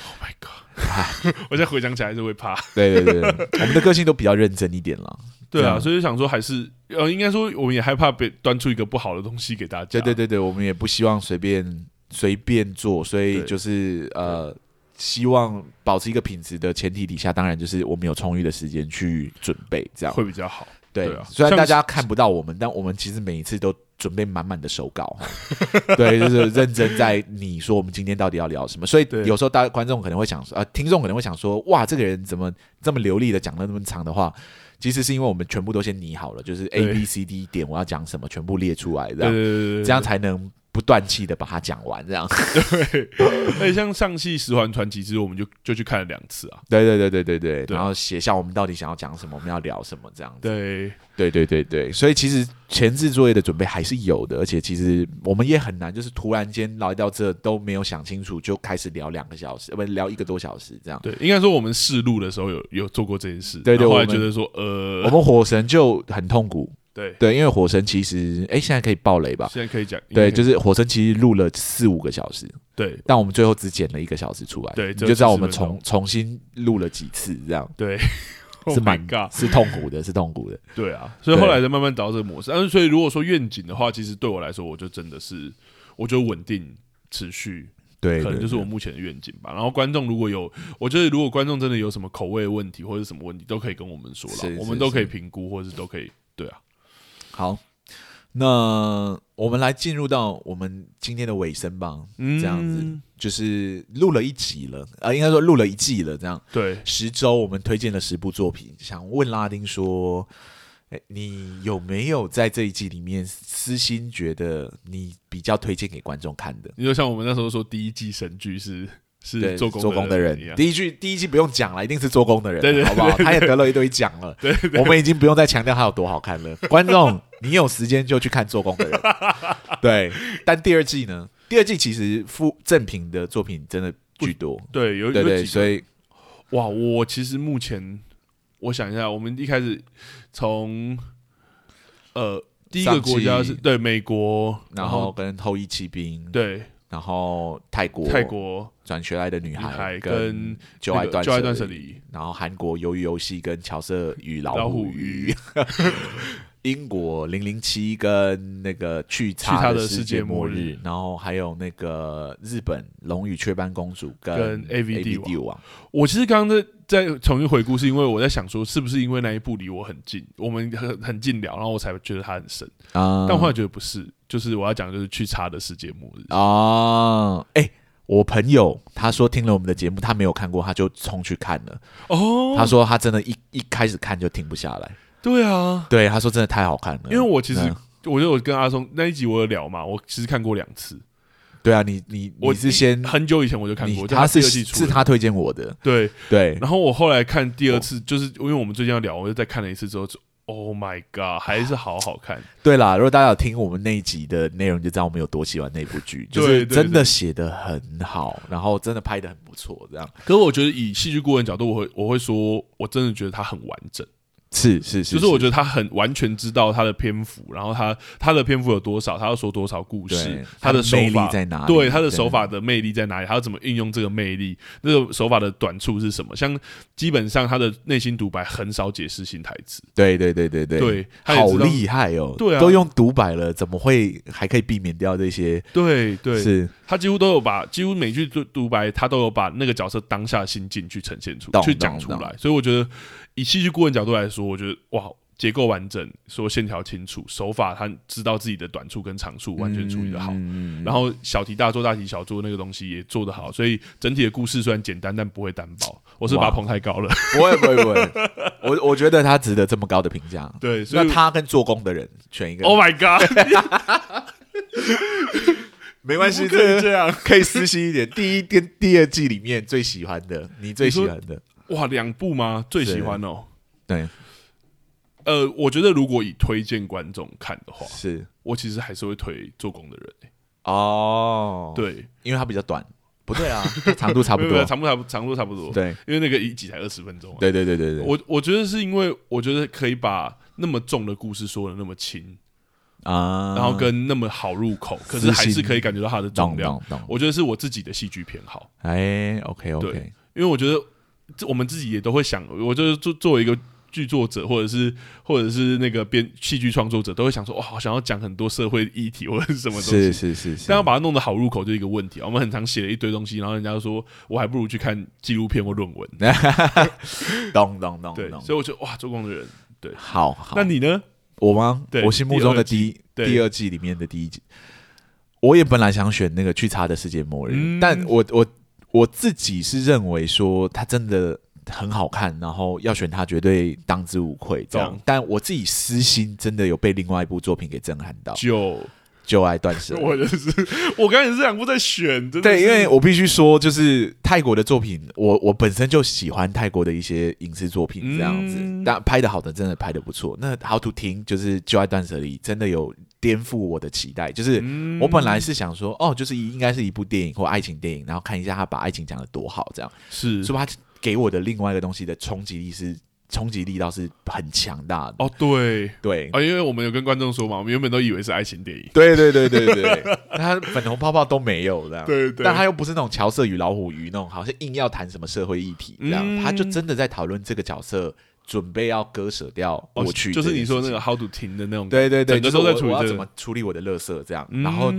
，Oh my god，我现在回想起来还是会怕。
对对对，
[laughs]
对我们的个性都比较认真一点啦。
对
这
啊，
样
所以想说还是呃，应该说我们也害怕被端出一个不好的东西给大家。
对对对对，我们也不希望随便随便做，所以
对
就是呃，希望保持一个品质的前提底下，当然就是我们有充裕的时间去准备，这样
会比较好。
对
对啊
虽然
像
大家看不到我们，但我们其实每一次都准备满满的手稿，
[laughs]
对，就是认真在你说我们今天到底要聊什么。所以
对
有时候大家观众可能会想说，呃，听众可能会想说，哇，这个人怎么这么流利的讲了那么长的话？其实是因为我们全部都先拟好了，就是 A
对
B C D 点我要讲什么，全部列出来，这
对
样
对对对，
啊这样才能不断气的把它讲完。这样，
而且像上戏十环传奇，其实我们就就去看了两次啊。
对对对对对对，
对啊
然后写下我们到底想要讲什么，我们要聊什么，这样子。
对，
对对对对，所以其实前置作业的准备还是有的，而且其实我们也很难，就是突然间来到这都没有想清楚就开始聊两个小时，呃不聊一个多小时这样。
对，应该说我们试录的时候有有做过这件事，
对对
然后后来
我们
觉得说呃，
我们火神就很痛苦，
对，
对，因为火神其实哎现在可以爆雷吧？
现在可以讲，
对，就是是火神其实录了四五个小时，
对
但我们最后只剪了一个小时出来，
对
你
只有
就知道我们
40分
重
钟
重新录了几次这样。[laughs]
对，
是
Oh
蛮
my god，
是痛苦的，是痛苦的。
对啊，所以后来才慢慢找到这个模式。但是所以如果说愿景的话，其实对我来说，我就真的是我觉得稳定持续
对，
可能
对
就是
对
我目前的愿景吧。然后观众如果有，我觉得如果观众真的有什么口味问题或者什么问题，都可以跟我们说
是
了，
是
我们都可以
是
评估，或者是都可以对啊，
好，那我们来进入到我们今天的尾声吧。
嗯
这样子就是录了一集了，啊、应该说录了一季了。这样
对，
十周我们推荐了十部作品，想问拉丁说，哎，你有没有在这一季里面私心觉得你比较推荐给观众看的？
你就像我们那时候说，第一季神剧是
对，
是做工
做工的
一
人，
样，
第一句第一季不用讲了，一定是做工的人，啊
对对对
好不好？他也得了一堆奖
[laughs]
了，我们已经不用再强调他有多好看了。观众，你有时间就去看做工的
[laughs]
人。对，但第二季呢？第二季其实负正品的作品真的居多，
对，有
对
有
对，
几个
所以
哇，我其实目前我想一下，我们一开始从呃第一个
上
国家
季
是对美国，
然后跟后羿骑兵，
对
然后泰国
泰国
转学来的女
女孩
孩
跟
旧
那
爱
个
断
旧爱断
舍
舍
离，
离，
然后韩国鱿鱼游戏跟乔瑟与
老
老
虎
虎
鱼
鱼，英国零零七跟那个去
去他
他
的
世
世界
界
末
末
日
日，然后还有那个日本龙与雀斑公主跟
跟 AV 帝
AV
王
帝王，
[laughs] 我其实刚刚在在重新回顾，是因为我在想说，是不是因为那一部离我很近，我们很很近聊，然后我才觉得它很深。
啊
但我后来觉得不是，就是我要讲的就是去查的世界末日。
啊，哎，我朋友他说听了我们的节目，他没有看过，他就冲去看了。
哦，
他说他真的一一开始看就停不下来，
对啊，
对，他说真的太好看了。
因为我其实
嗯
我就有跟阿松那一集我有聊嘛，我其实看过两次。
对啊，你你
我
你是先
很久以前我就看
你
过，就
他
第
是
二季出
是
的。
他推荐我的，
对，
对，
然后我后来看第二次，就是哦因为我们最近要聊，我就再看了一次之后就，Oh my God，还是好好
[laughs]
看。
对啦，如果大家有听我们那一集的内容，就知道我们有多喜欢那部剧，就是
对对
真的写的很好，然后真的拍的很不错，这样
可是我觉得以戏剧顾问角度，我会我会说，我真的觉得它很完整。
是是是，
就是我
觉
觉得他很完全知道他的篇幅，然后他他的篇幅有多少，他要说多少故事
对，
他的手
魅
法
力在哪里？
对他的手法的魅力在哪里，他要怎么运用这个魅力，那个手法的短处是什么？像基本上他的内心独白很少解释性台词，
对，对对对对对，
对，他也
好
知道，
厉害哦，
对啊
都用独白了，怎么会还可以避免掉这些？
对对，
是
他几乎都有把几乎每句独独白，他都有把那个角色当下的心境去呈现出，
懂
去讲出
懂
来。所以我觉得以戏剧顾问角度来说，我觉得哇。结构完整，说线条清楚，手法他知道自己的短处跟长处，完全处理的好。
嗯
然后小题大做、大题小做那个东西也做得好，所以整体的故事虽然简单，但不会单薄。我是把它
哇
捧太高了，
不会不会 [laughs] 不会，我我觉得他值得这么高的评价。
对，所
那，Oh
以哦 [laughs]
他跟做工的人选一个
Oh my God，
没关系，
你不可以
个
这样
可以私心一点。第一跟第二季里面最喜欢的，你最喜欢的，
[laughs] 哇，两部吗？最喜欢哦。
对，
呃，我觉得如果以推荐观众看的话，
是
我其实还是会推《做工的人》欸。
哦，，
对，
因为它比较短，不对啊， [laughs] 长度差不
[laughs] 没有没有
多，
长度差不长度差不多。
对，
因为那个一集才二十分钟啊。
对对对对对，
我我觉得是因为我觉得可以把那么重的故事说的那么轻，
啊，
然后跟那么好入口，可是
私
还是
心
可以感觉到它的重
懂
量。
懂懂，
我觉得是我自己的戏剧偏好，
哎，OK
对
OK，
因为我觉得这我们自己也都会想，我就是作作为一个剧作者，或者是或者是那个编戏剧创作者，都会想说，哇，哦好想要讲很多社会议题或者是什么东西。
是是是是
但，要把它弄得好入口，就一个问题啊。我们很常写了一堆东西，然后人家就说我还不如去看纪录片或论
[laughs]
文。
哦懂懂懂
对，
懂，
所以我觉得哇，做工的人。
好好，
那你呢？
我吗？
对
我心目中的第一
第二季对
第二季里面的第一集，我也本来想选那个去查的世界末日，
嗯
但我我我自己是认为说它真的很好看，然后要选它绝对当之无愧这样
懂。
但我自己私心真的有被另外一部作品给震撼到，《
就
就爱断舍离》。
我就是，我刚才也是两部在选，真的
对，
是
因为我必须说，就是泰国的作品，我我本身就喜欢泰国的一些影视作品这样子，
嗯
但拍的好的真的拍的不错。那《How to 听》就是《就爱断舍离》，真的有颠覆我的期待。就是
嗯
我本来是想说，哦，就是一应该是一部电影或爱情电影，然后看一下他把爱情讲的多好，这样，
是
所以他给我的另外一个东西的冲击力是冲击力倒是很强大的。
哦，对
对。
啊，因为我们有跟观众说嘛，我们原本都以为是爱情电影，
对对对对对 [laughs] 对，他粉红泡泡都没有这样。
对对，
但他又不是那种乔瑟与老虎鱼那种，好像硬要谈什么社会议题这样，
嗯
他就真的在讨论这个角色准备要割舍掉
哦
过去、
就是你说那个。How to 停的那种，
对对对，
整个
就是我
都在处理
我要
这个
怎么处理我的垃圾这样，
嗯，
然后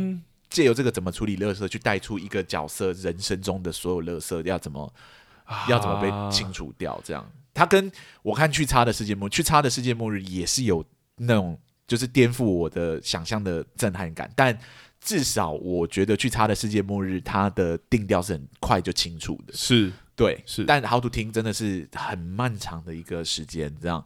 借由这个怎么处理垃圾，去带出一个角色人生中的所有垃圾要怎么要怎么被清
啊
除掉。这样，他跟我看《去差的世界末日》《去差的世界末日》也是有那种就是颠覆我的想象的震撼感，但至少我觉得《去差的世界末日》它的定调是很快就清楚的，
是
对，
是
但《How to 听》真的是很漫长的一个时间，这样，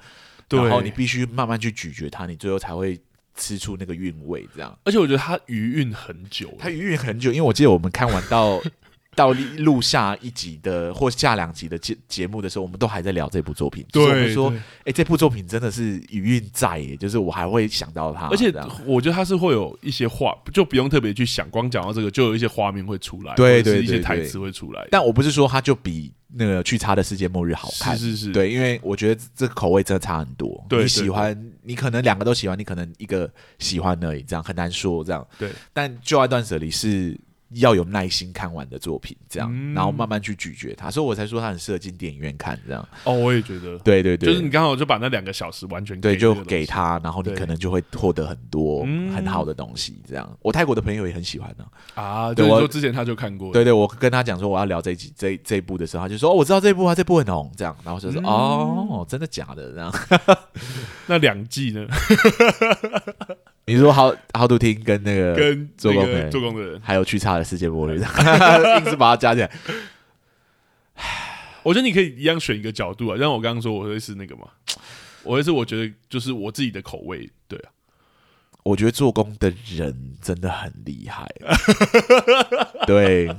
对
然后你必须慢慢去咀嚼它，你最后才会吃出那个韵味，这样。
而且我觉得他余韵很久，欸
他余韵很久，因为我记得我们看完到 [laughs] 到录下一集的或下两集的节节目的时候，我们都还在聊这部作品。就是我
对
们说
对，
哎、这部作品真的是余韵在耶，就是我还会想到它。
而且
这样
我觉得他是会有一些画，就不用特别去想，光讲到这个就有一些画面会出来，
对
或者是
对
一些
对
台
对
词会出来，
但我不是说它就比那个去差的世界末日好看，
是是是，
对，因为我觉得这口味真的差很多。
对
你
对
喜欢，你可能两个都喜欢，你可能一个喜欢而已，这样很难说。这样
对，
但《旧爱断舍离》是要有耐心看完的作品，这样，
嗯
然后慢慢去咀嚼它，所以我才说它很适合进电影院看。这样，
哦，我也觉得，
对对对，
就是你刚好就把那两个小时完全
对，
给这个
就
东西
给他，然后你
对
可能就会获得很多
嗯
很好的东西。这样，我泰国的朋友也很喜欢呢、
啊，就
对
是
我
说之前他就看过，
对对，我跟他讲说我要聊这一集这这一部的时候，他就说哦，我知道这一部啊，这部很红。这样，然后我就说、
嗯
哦，真的假的？这样，
那两季呢，
你说好好 o 听跟那个
跟
做
那
工的
个
人
做工的人，
还有去差的世界末日， [laughs] 硬是把它加起来。
我觉得你可以一样选一个角度啊，像我刚刚说，我会是那个嘛，我会是我觉得就是我自己的口味，对啊，
我觉得做工的人真的很厉害，对，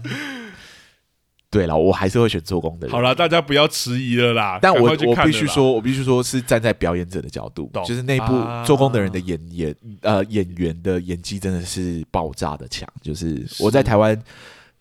对了，我还是会选做工的人。
好啦，大家不要迟疑了啦，
[laughs] 但我
赶快去
我
看了啦
必须，说，我必须说是站在表演者的角度
懂，
就是那
啊
部做工的人的演演呃演员的演技真的是爆炸的强，就是
是
我在台湾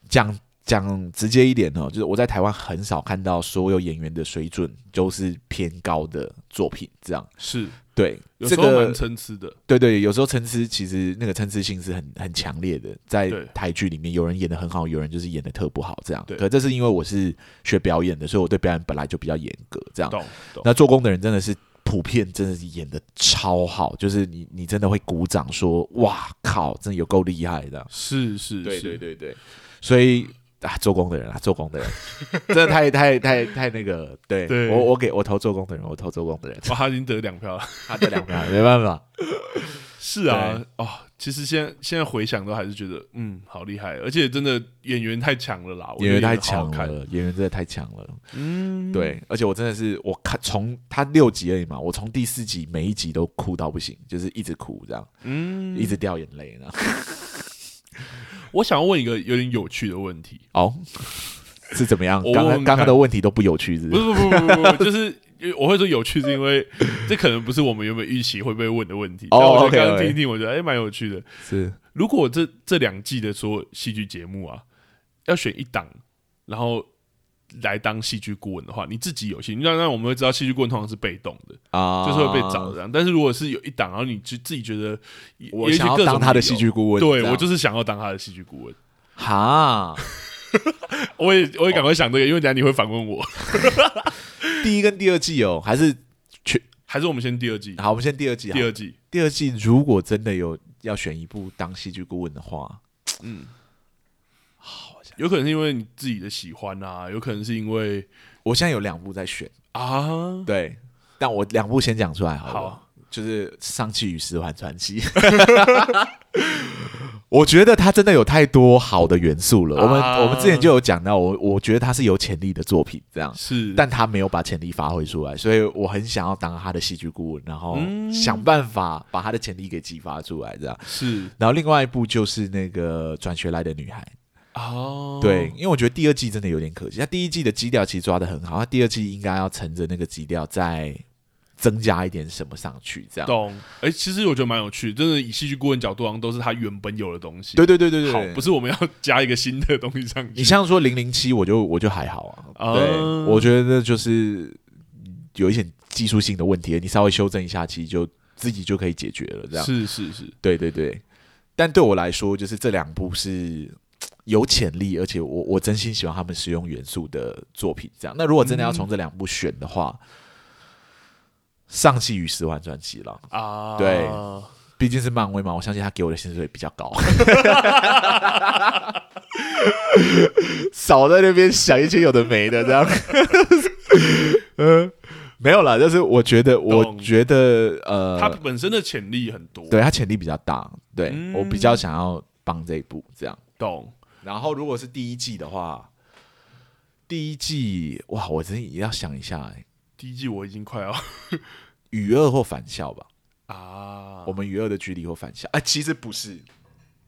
讲讲直接一点哦，就是我在台湾很少看到所有演员的水准就是偏高的作品这样。
是
对，
有
这
时候蛮
个
参差的，
对对，有时候参差其实那个参差性是很很强烈的，在
对
台剧里面，有人演的很好，有人就是演的特不好这样
对。
可这是因为我是学表演的，所以我对表演本来就比较严格这样。
懂懂，
啊那做工的人真的是普遍真的是演的超好，就是你你真的会鼓掌说哇靠，真的有够厉害的。
是是，是，
对对，所以啊，做工的人啊，做工的人真的太太太太那个，对
对
我我给我投做工的人，我投做工的人，
哇，他已经得两票了， [laughs]
他这 [laughs] 两票没办法，
是啊，哦，其实现在现在回想都还是觉得，嗯，好厉害，而且真的演员太强了啦，我觉
演
得
员太
演得好
强
好看，
了，演员真的太强了，
嗯，
对，而且我真的是我看从他六集而已嘛，我从第四集每一集都哭到不行，就是一直哭这样，
嗯
一直掉眼泪呢。
我想要问一个有点有趣的问题，
[laughs] 哦，是怎么样？
我
刚刚
问问
刚刚
看
的问题都不有趣，是
不
不
是
是？
不不不不不，就是因为我会说有趣，是因为这可能不是我们原本预期会被问的问题。
哦
但我觉
OK，
得刚刚
OK
听一听，我觉得哎蛮有趣的。
是
如果这这两季的所有戏剧节目啊，要选一档，然后来当戏剧顾问的话，你自己有戏，那那我们会知道戏剧顾问通常是被动的，
啊，
就是会被找的。但是如果是有一档，然后你就自己觉得也
我
也
想
许
要
各种
当他的
理由
戏剧顾问，
对我就是是想要当他的戏剧顾问。
哈。
我也我也赶快想这个，因为等一下你会反问我。
第一跟第二季哦，还是
还是我们先第二季，
好，我们先第二季好
第
了。
二季，
第二季如果真的有要选一部当戏剧顾问的话，
嗯，有可能是因为你自己的喜欢啊，有可能是因为
我现在有两部在选，
啊，
对，但我两部先讲出来好了，
好啊
就是《上汽与十环传奇》。 [laughs] 我觉得它真的有太多好的元素了。我们、
啊
我们之前就有讲到，我我觉得它是有潜力的作品，这样，
是，
但他没有把潜力发挥出来，所以我很想要当他的戏剧顾问，然后
嗯
想办法把他的潜力给激发出来，这样。
是
然后另外一部就是那个转学来的女孩，
啊，
对，因为我觉得第二季真的有点可惜，他第一季的基调其实抓的很好，他第二季应该要乘着那个基调再增加一点什么上去，这样。
懂。哎、其实我觉得蛮有趣，真的以戏剧顾问角度上都是他原本有的东西。
对对对对对，
好，不
是
是我们要加一个新的东西上去。
你像说零零七，我就我就还好啊，
啊
对，我觉得就是有一些技术性的问题，你稍微修正一下，其实就自己就可以解决了，这样。
是是是，
对对对，但对我来说，就是这两部是有潜力，而且我我真心喜欢他们使用元素的作品。这样，那如果真的要从这两部选的话，上戏与十万传奇》了，
啊，
对呃毕竟是漫威嘛，我相信他给我的薪水比较高。 [laughs] 少在那边想一些有的没的，这样。 [laughs] 嗯、没有啦，就是我觉得，我
懂
觉得，呃，
它本身的潜力很多，
对他潜力比较大，对、
嗯
我比较想要帮这一部这样。
懂
然后如果是第一季的话，第一季哇，我真的也要想一下、欸，
第一季我已经快要
雨二或返校吧，
啊
我，们雨二的距离或返校，哎、其实不是，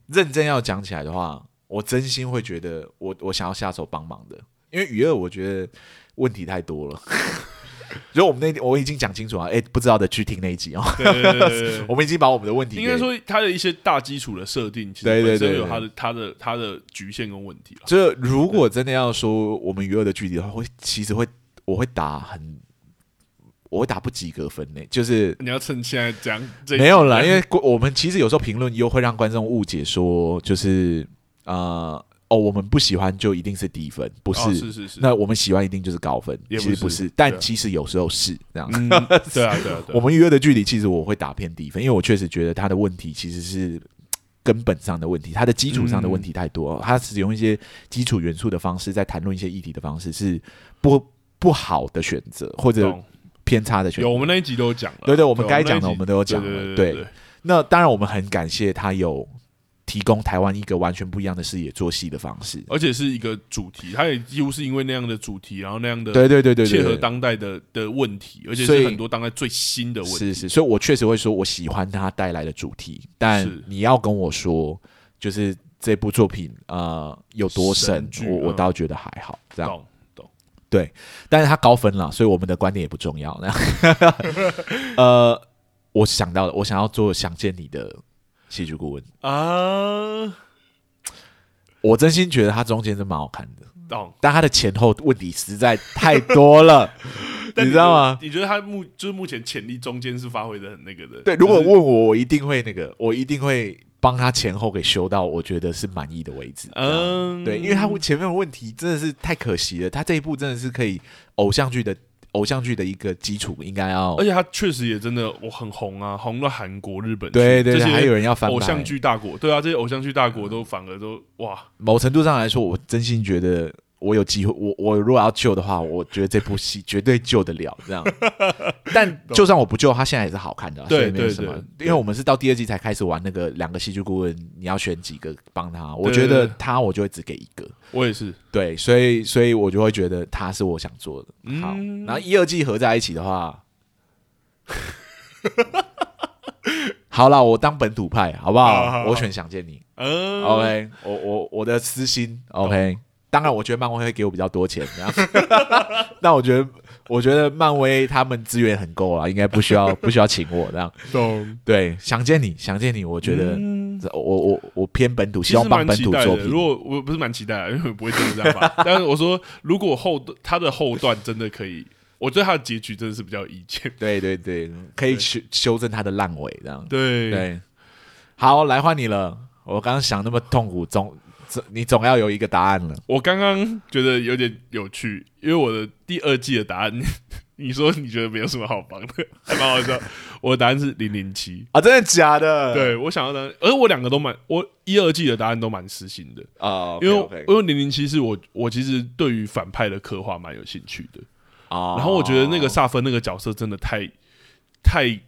认真要讲起来的话，我真心会觉得我我想要下手帮忙的，因为雨二我觉得问题太多了。 [laughs] 所以我们那我已经讲清楚了，哎、不知道的去听那一集哦。
对对对对对
[laughs] 我们已经把我们的问题给
应该说它的一些大基础的设定，其实
对对
本身
对
有
对
它的它的它的局限跟问题了。
这如果真的要说我们娱乐的距离的话，会其实会我会打很，我会打不及格分呢，就是
你要趁现在讲这一
没有啦，
集
因为观我们其实有时候评论又会让观众误解说，就是呃哦，我们不喜欢就一定是低分，不是。
哦是是是，
那我们喜欢一定就是高分，
也不
其实不
是
是，但
对啊
其实有时候是这样。 [laughs]
嗯，对啊对啊对啊，
我们娱乐的距离其实我会打偏低分，因为我确实觉得他的问题其实是根本上的问题，他的基础上的问题太
嗯
多，他使用一些基础元素的方式在谈论一些议题的方式是不不好的选择，或者
懂
偏差的选
有
择
我。们那一集都有讲了，
对对，我们该讲的
那一
我
集
们都有讲
对
了。
对
对，那当然我们很感谢他有提供台湾一个完全不一样的视野做戏的方式。
而且是一个主题，它也几乎是因为那样的主题，然后那样的
对对对对对，
切合
对
当代的的问题，而且
所以
是很多当代最新的问题。
是是，所以我确实会说我喜欢他带来的主题，但
是
你要跟我说，就是这部作品呃有多神
神，剧
我我
嗯
倒觉得还好这样。
懂
但是他高分了，所以我们的观点也不重要。
[laughs]
那呃，我想到了，我想要做《想见你》的戏剧顾问，
啊，
我真心觉得他中间是蛮好看的，
懂，
但他的前后问题实在太多了，
[laughs]
[laughs]
但
你知道吗？
你觉得他目就是目前潜力中间是发挥的很那个的。
对，如果
就是
问我，我一定会那个，我一定会帮他前后给修到我觉得是满意的为止。嗯。
嗯，
对，因为他前面的问题真的是太可惜了，他这一部真的是可以偶像剧的偶像剧的一个基础，应该要
而且他确实也真的我很红啊，红到韩国、日本去，
对对
这
对，
些
还有人要翻
偶
拍
像，剧大国，对啊，这些偶像剧大国都反而都哇，
某程度上来说，我真心觉得我有机会，我我如果要救的话，我觉得这部戏绝对救得了这
[laughs]
样。但就算我不救，他现在也是好看的啊，所
对
以没有
对
什么
对。
因为我们是到第二季才开始玩那个两个戏剧顾问，你要选几个帮他，我
对
觉
对
得
对
他我就会只给一个。
我也是，
对，所以所以我就会觉得他是我想做的。
嗯
好，然后一二季合在一起的话，好啦，我当本土派好不
好
好？
好好
我选想见你。
嗯
OK，我我我的私心 OK。当然，我觉得漫威会给我比较多钱，这样。 [laughs] 但我觉得，我觉得漫威他们资源很够了，应该不需要不需要请我这样。
懂。
对，想见你，想见你，我觉得、
嗯
我我我偏本土，
其
希
实
望帮
蛮
本
期
土
待
作
的，
品。
如果我不是蛮期待的，因为我不会真的这样吧。 [laughs] 但是我说，如果后他的后段真的可以，我对他的结局真的是比较有意见。
对对对，可以修修正他的烂尾这样。
对
对，好，来换你了。我刚刚想那么痛苦，总总你总要有一个答案了。
我刚刚觉得有点有趣，因为我的第二季的答案， [laughs] 你说你觉得没有什么好帮的， [laughs] 还蛮好笑。我的答案是零零七。
啊，真的假的？
对，我想要答案，而我两个都蛮，我一二季的答案都蛮私心的，
啊，
因为因为零零七是我我其实对于反派的刻画蛮有兴趣的，
啊，
然后我觉得那个萨芬那个角色真的太太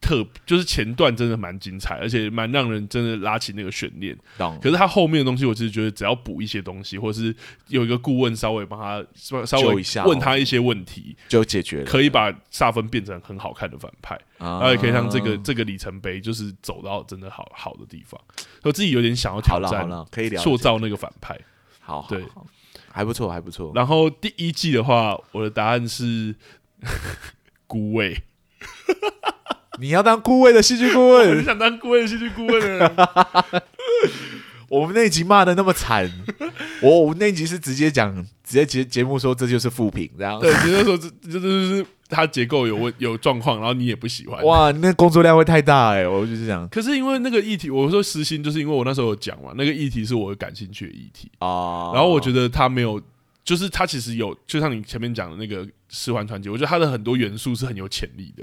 特，就是前段真的蛮精彩，而且蛮让人真的拉起那个悬念。
懂
可是他后面的东西，我其实觉得只要补一些东西，或是有一个顾问稍微帮他稍稍
救
微
一下哦
问他一些问题，
就解决了，
可以把萨芬变成很好看的反派，然
啊
后也可以让这个这个里程碑就是走到真的好好的地方。我自己有点想要
好
挑
了好
战，
了，哦可以聊
塑造那个反派。
好，好
对，
好还不错还不错。
然后第一季的话，我的答案是 [laughs] 孤味，
你要当顾问的戏剧顾
我很
问，
想当孤味的戏剧顾
[laughs]
问了。
我们那一集骂的那么惨， [laughs] 我我们那一集是直接讲，直接节节目说这就是负评这样。
对，只是说这这这就是它结构有问有状况，然后你也不喜欢。
哇，那工作量会太大哎，我就是讲
可是因为那个议题，我说私心，就是因为我那时候有讲嘛，那个议题是我感兴趣的议题，
啊，
然后我觉
得
得他没有，就是他其实有，就像你前面讲的那个四环传奇，我觉得他的很多元素是很有潜力的，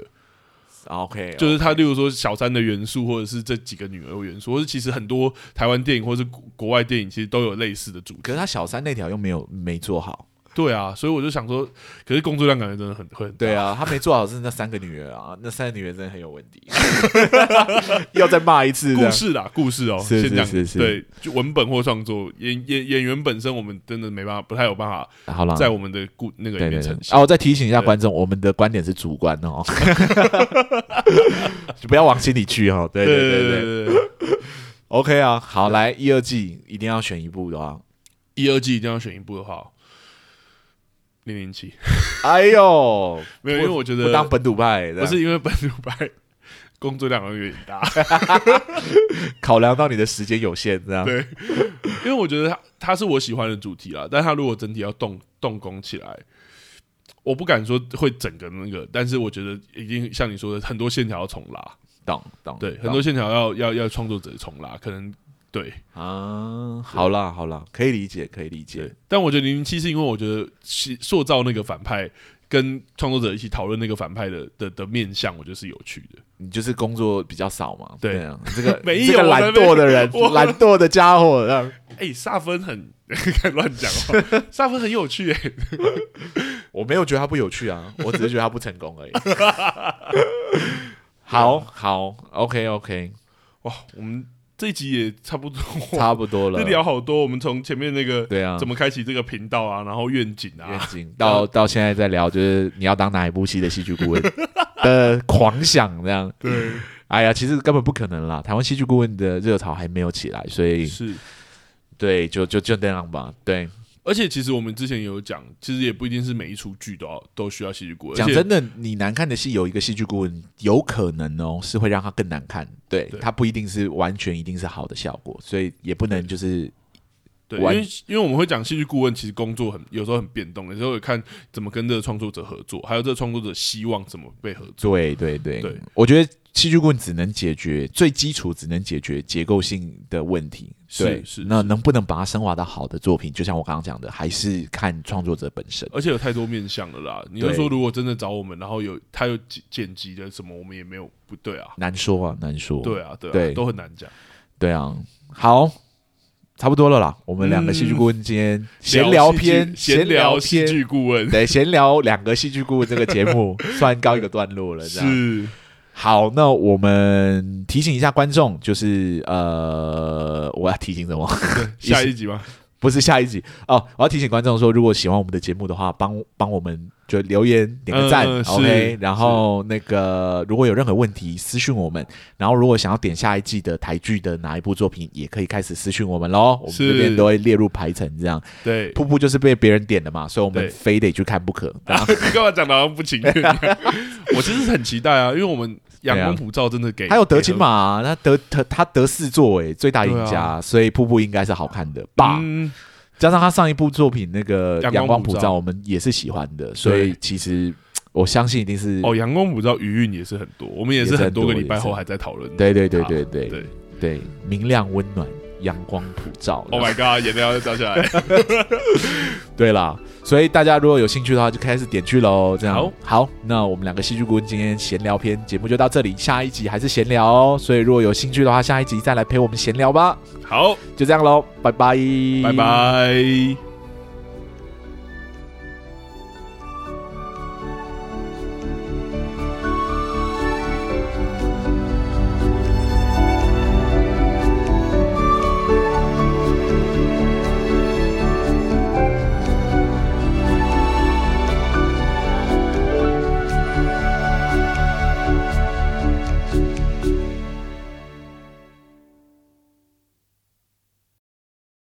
[laughs] OK，哦
就是他例如说小三的元素，或者是这几个女儿元素，或者其实很多台湾电影或是国国外电影其实都有类似的主
可
题
是。他小三那条又没有没做好，
对啊，所以我就想说，可是工作量感觉真的很会很大
对，啊，他没做好是那三个女人啊，那三个女人真的很有问题， [laughs] 要再骂一次这
故
样
事啦，故事哦，
是
先讲
是是是
对，就文本或创作演演演员本身，我们真的没办法，不太有办法
好了，
在我们的故那个里
对对
面
对
呈，现
啊，。我再提醒一下
对
观众，我们的观点是主观的哦， [laughs] 就不要往心里去哦。对对对对
对对，
，OK 啊，好，来一二季一定要选一部的啊。
一二季一定要选一部的话，零零七
哎呦，
没有，因为我觉
不当
得
本土派，
不是因为本土派 [laughs] 工作量好像有点大，
考量到你的时间有限，这样
对，因为我觉得它它是我喜欢的主题啦，但它如果整体要动动工起来，我不敢说会整个那个，但是我觉得已经像你说的，很多线条要重拉，
懂懂
对，
懂
很多线条要要要创作者重拉，可能对
啊，好啦好啦，可以理解可以理
对
解，，
但我觉得零零七是因为我觉得是塑造那个反派。跟创作者一起讨论那个反派的的的面相，我觉得是有趣的。
你就是工作比较少嘛，
对
啊，这
[laughs]
个
没
你
有
这个
我才
懒惰的人
没 [laughs] 有，我
懒惰的家伙，这样
哎、萨芬很 [laughs] 开始乱讲话， [laughs] 萨芬很有趣哎、
我没有觉得他不有趣啊，我只是觉得他不成
[laughs]
功而已。好好，OK OK，
哇，我们这一集也差不多，
差不多了
这。聊好多。我们从前面那个
对啊
怎，么开启这个频道啊，然后愿景
愿
啊，
景到到现在在聊，就是你要当哪一部戏的戏剧顾
[laughs]
问的狂想这样。
对，
哎呀，其实根本不可能啦，台湾戏剧顾问的热潮还没有起来，所以
是。
对，就就就那样吧。对，
而且其实我们之前有讲，其实也不一定是每一出剧都要都需要戏剧顾问。
讲
而且
真的，你难看的戏有一个戏剧顾问，有可能哦是会让它更难看。对，
对
它不一定是完全一定是好的效果，所以也不能就是
对，因
完
为因为我们会讲戏剧顾问，其实工作很有时候很变动，有时候也看怎么跟这个创作者合作，还有这个创作者希望怎么被合作。
对对对
对
我觉得戏剧顾问只能解决最基础，只能解决结构性的问题。
是
对，
是
那
是
能不能把它升华到好的作品，就像我刚刚讲的，还是看创作者本身。
而且有太多面向了啦，你就
对
说如果真的找我们，然后有他有剪剪辑的什么，我们也没有不对啊，
难说啊，难说。
对啊，对啊，
对
都很难讲。
对啊，好，差不多了啦。我们两个戏剧顾问今天闲聊
嗯戏剧
篇，
闲聊戏
篇，
剧顾问
[laughs] 对，闲聊两个戏剧顾问这个节
[laughs]
目算告一个段落了。这样
是。
好，那我们提醒一下观众，就是呃，我要提醒什么？ [laughs]
对，下一集吗？
不是下一集哦。我要提醒观众说，如果喜欢我们的节目的话，帮帮我们就留言点个赞、
嗯是
o k 然
是
后那个如果有任何问题，私讯我们。然后如果想要点下一季的台剧的哪一部作品，也可以开始私讯我们喽。我们
是
这边都会列入排程，这样。
对，
瀑布就是被别人点的嘛，所以我们
对
非得去看不可。然后
你干嘛讲的好像不情愿一样？ [laughs] 我其实很期待啊，因为我们阳光普照真的给，
还有得金马、他得他他得四座诶，最大赢
对
家，
啊
所以瀑布应该是好看的吧？
嗯，
加上他上一部作品那个《
阳光
阳光
普
普
照
照》，我们也是喜欢的，所以其实我相信一定是
哦，阳光普照余韵也是很多，我们也是很多个礼拜后还在讨论。
对对对对对
对
对，明亮温暖，阳光普照。
，Oh my god，眼泪要掉
[laughs]
下来。
对啦，所以大家如果有兴趣的话，就开始点去喽。这样
好
那我们两个戏剧顾问今天闲聊篇节目就到这里，下一集还是闲聊哦。所以如果有兴趣的话，下一集再来陪我们闲聊吧。
好，
就这样喽，拜拜，
拜。拜。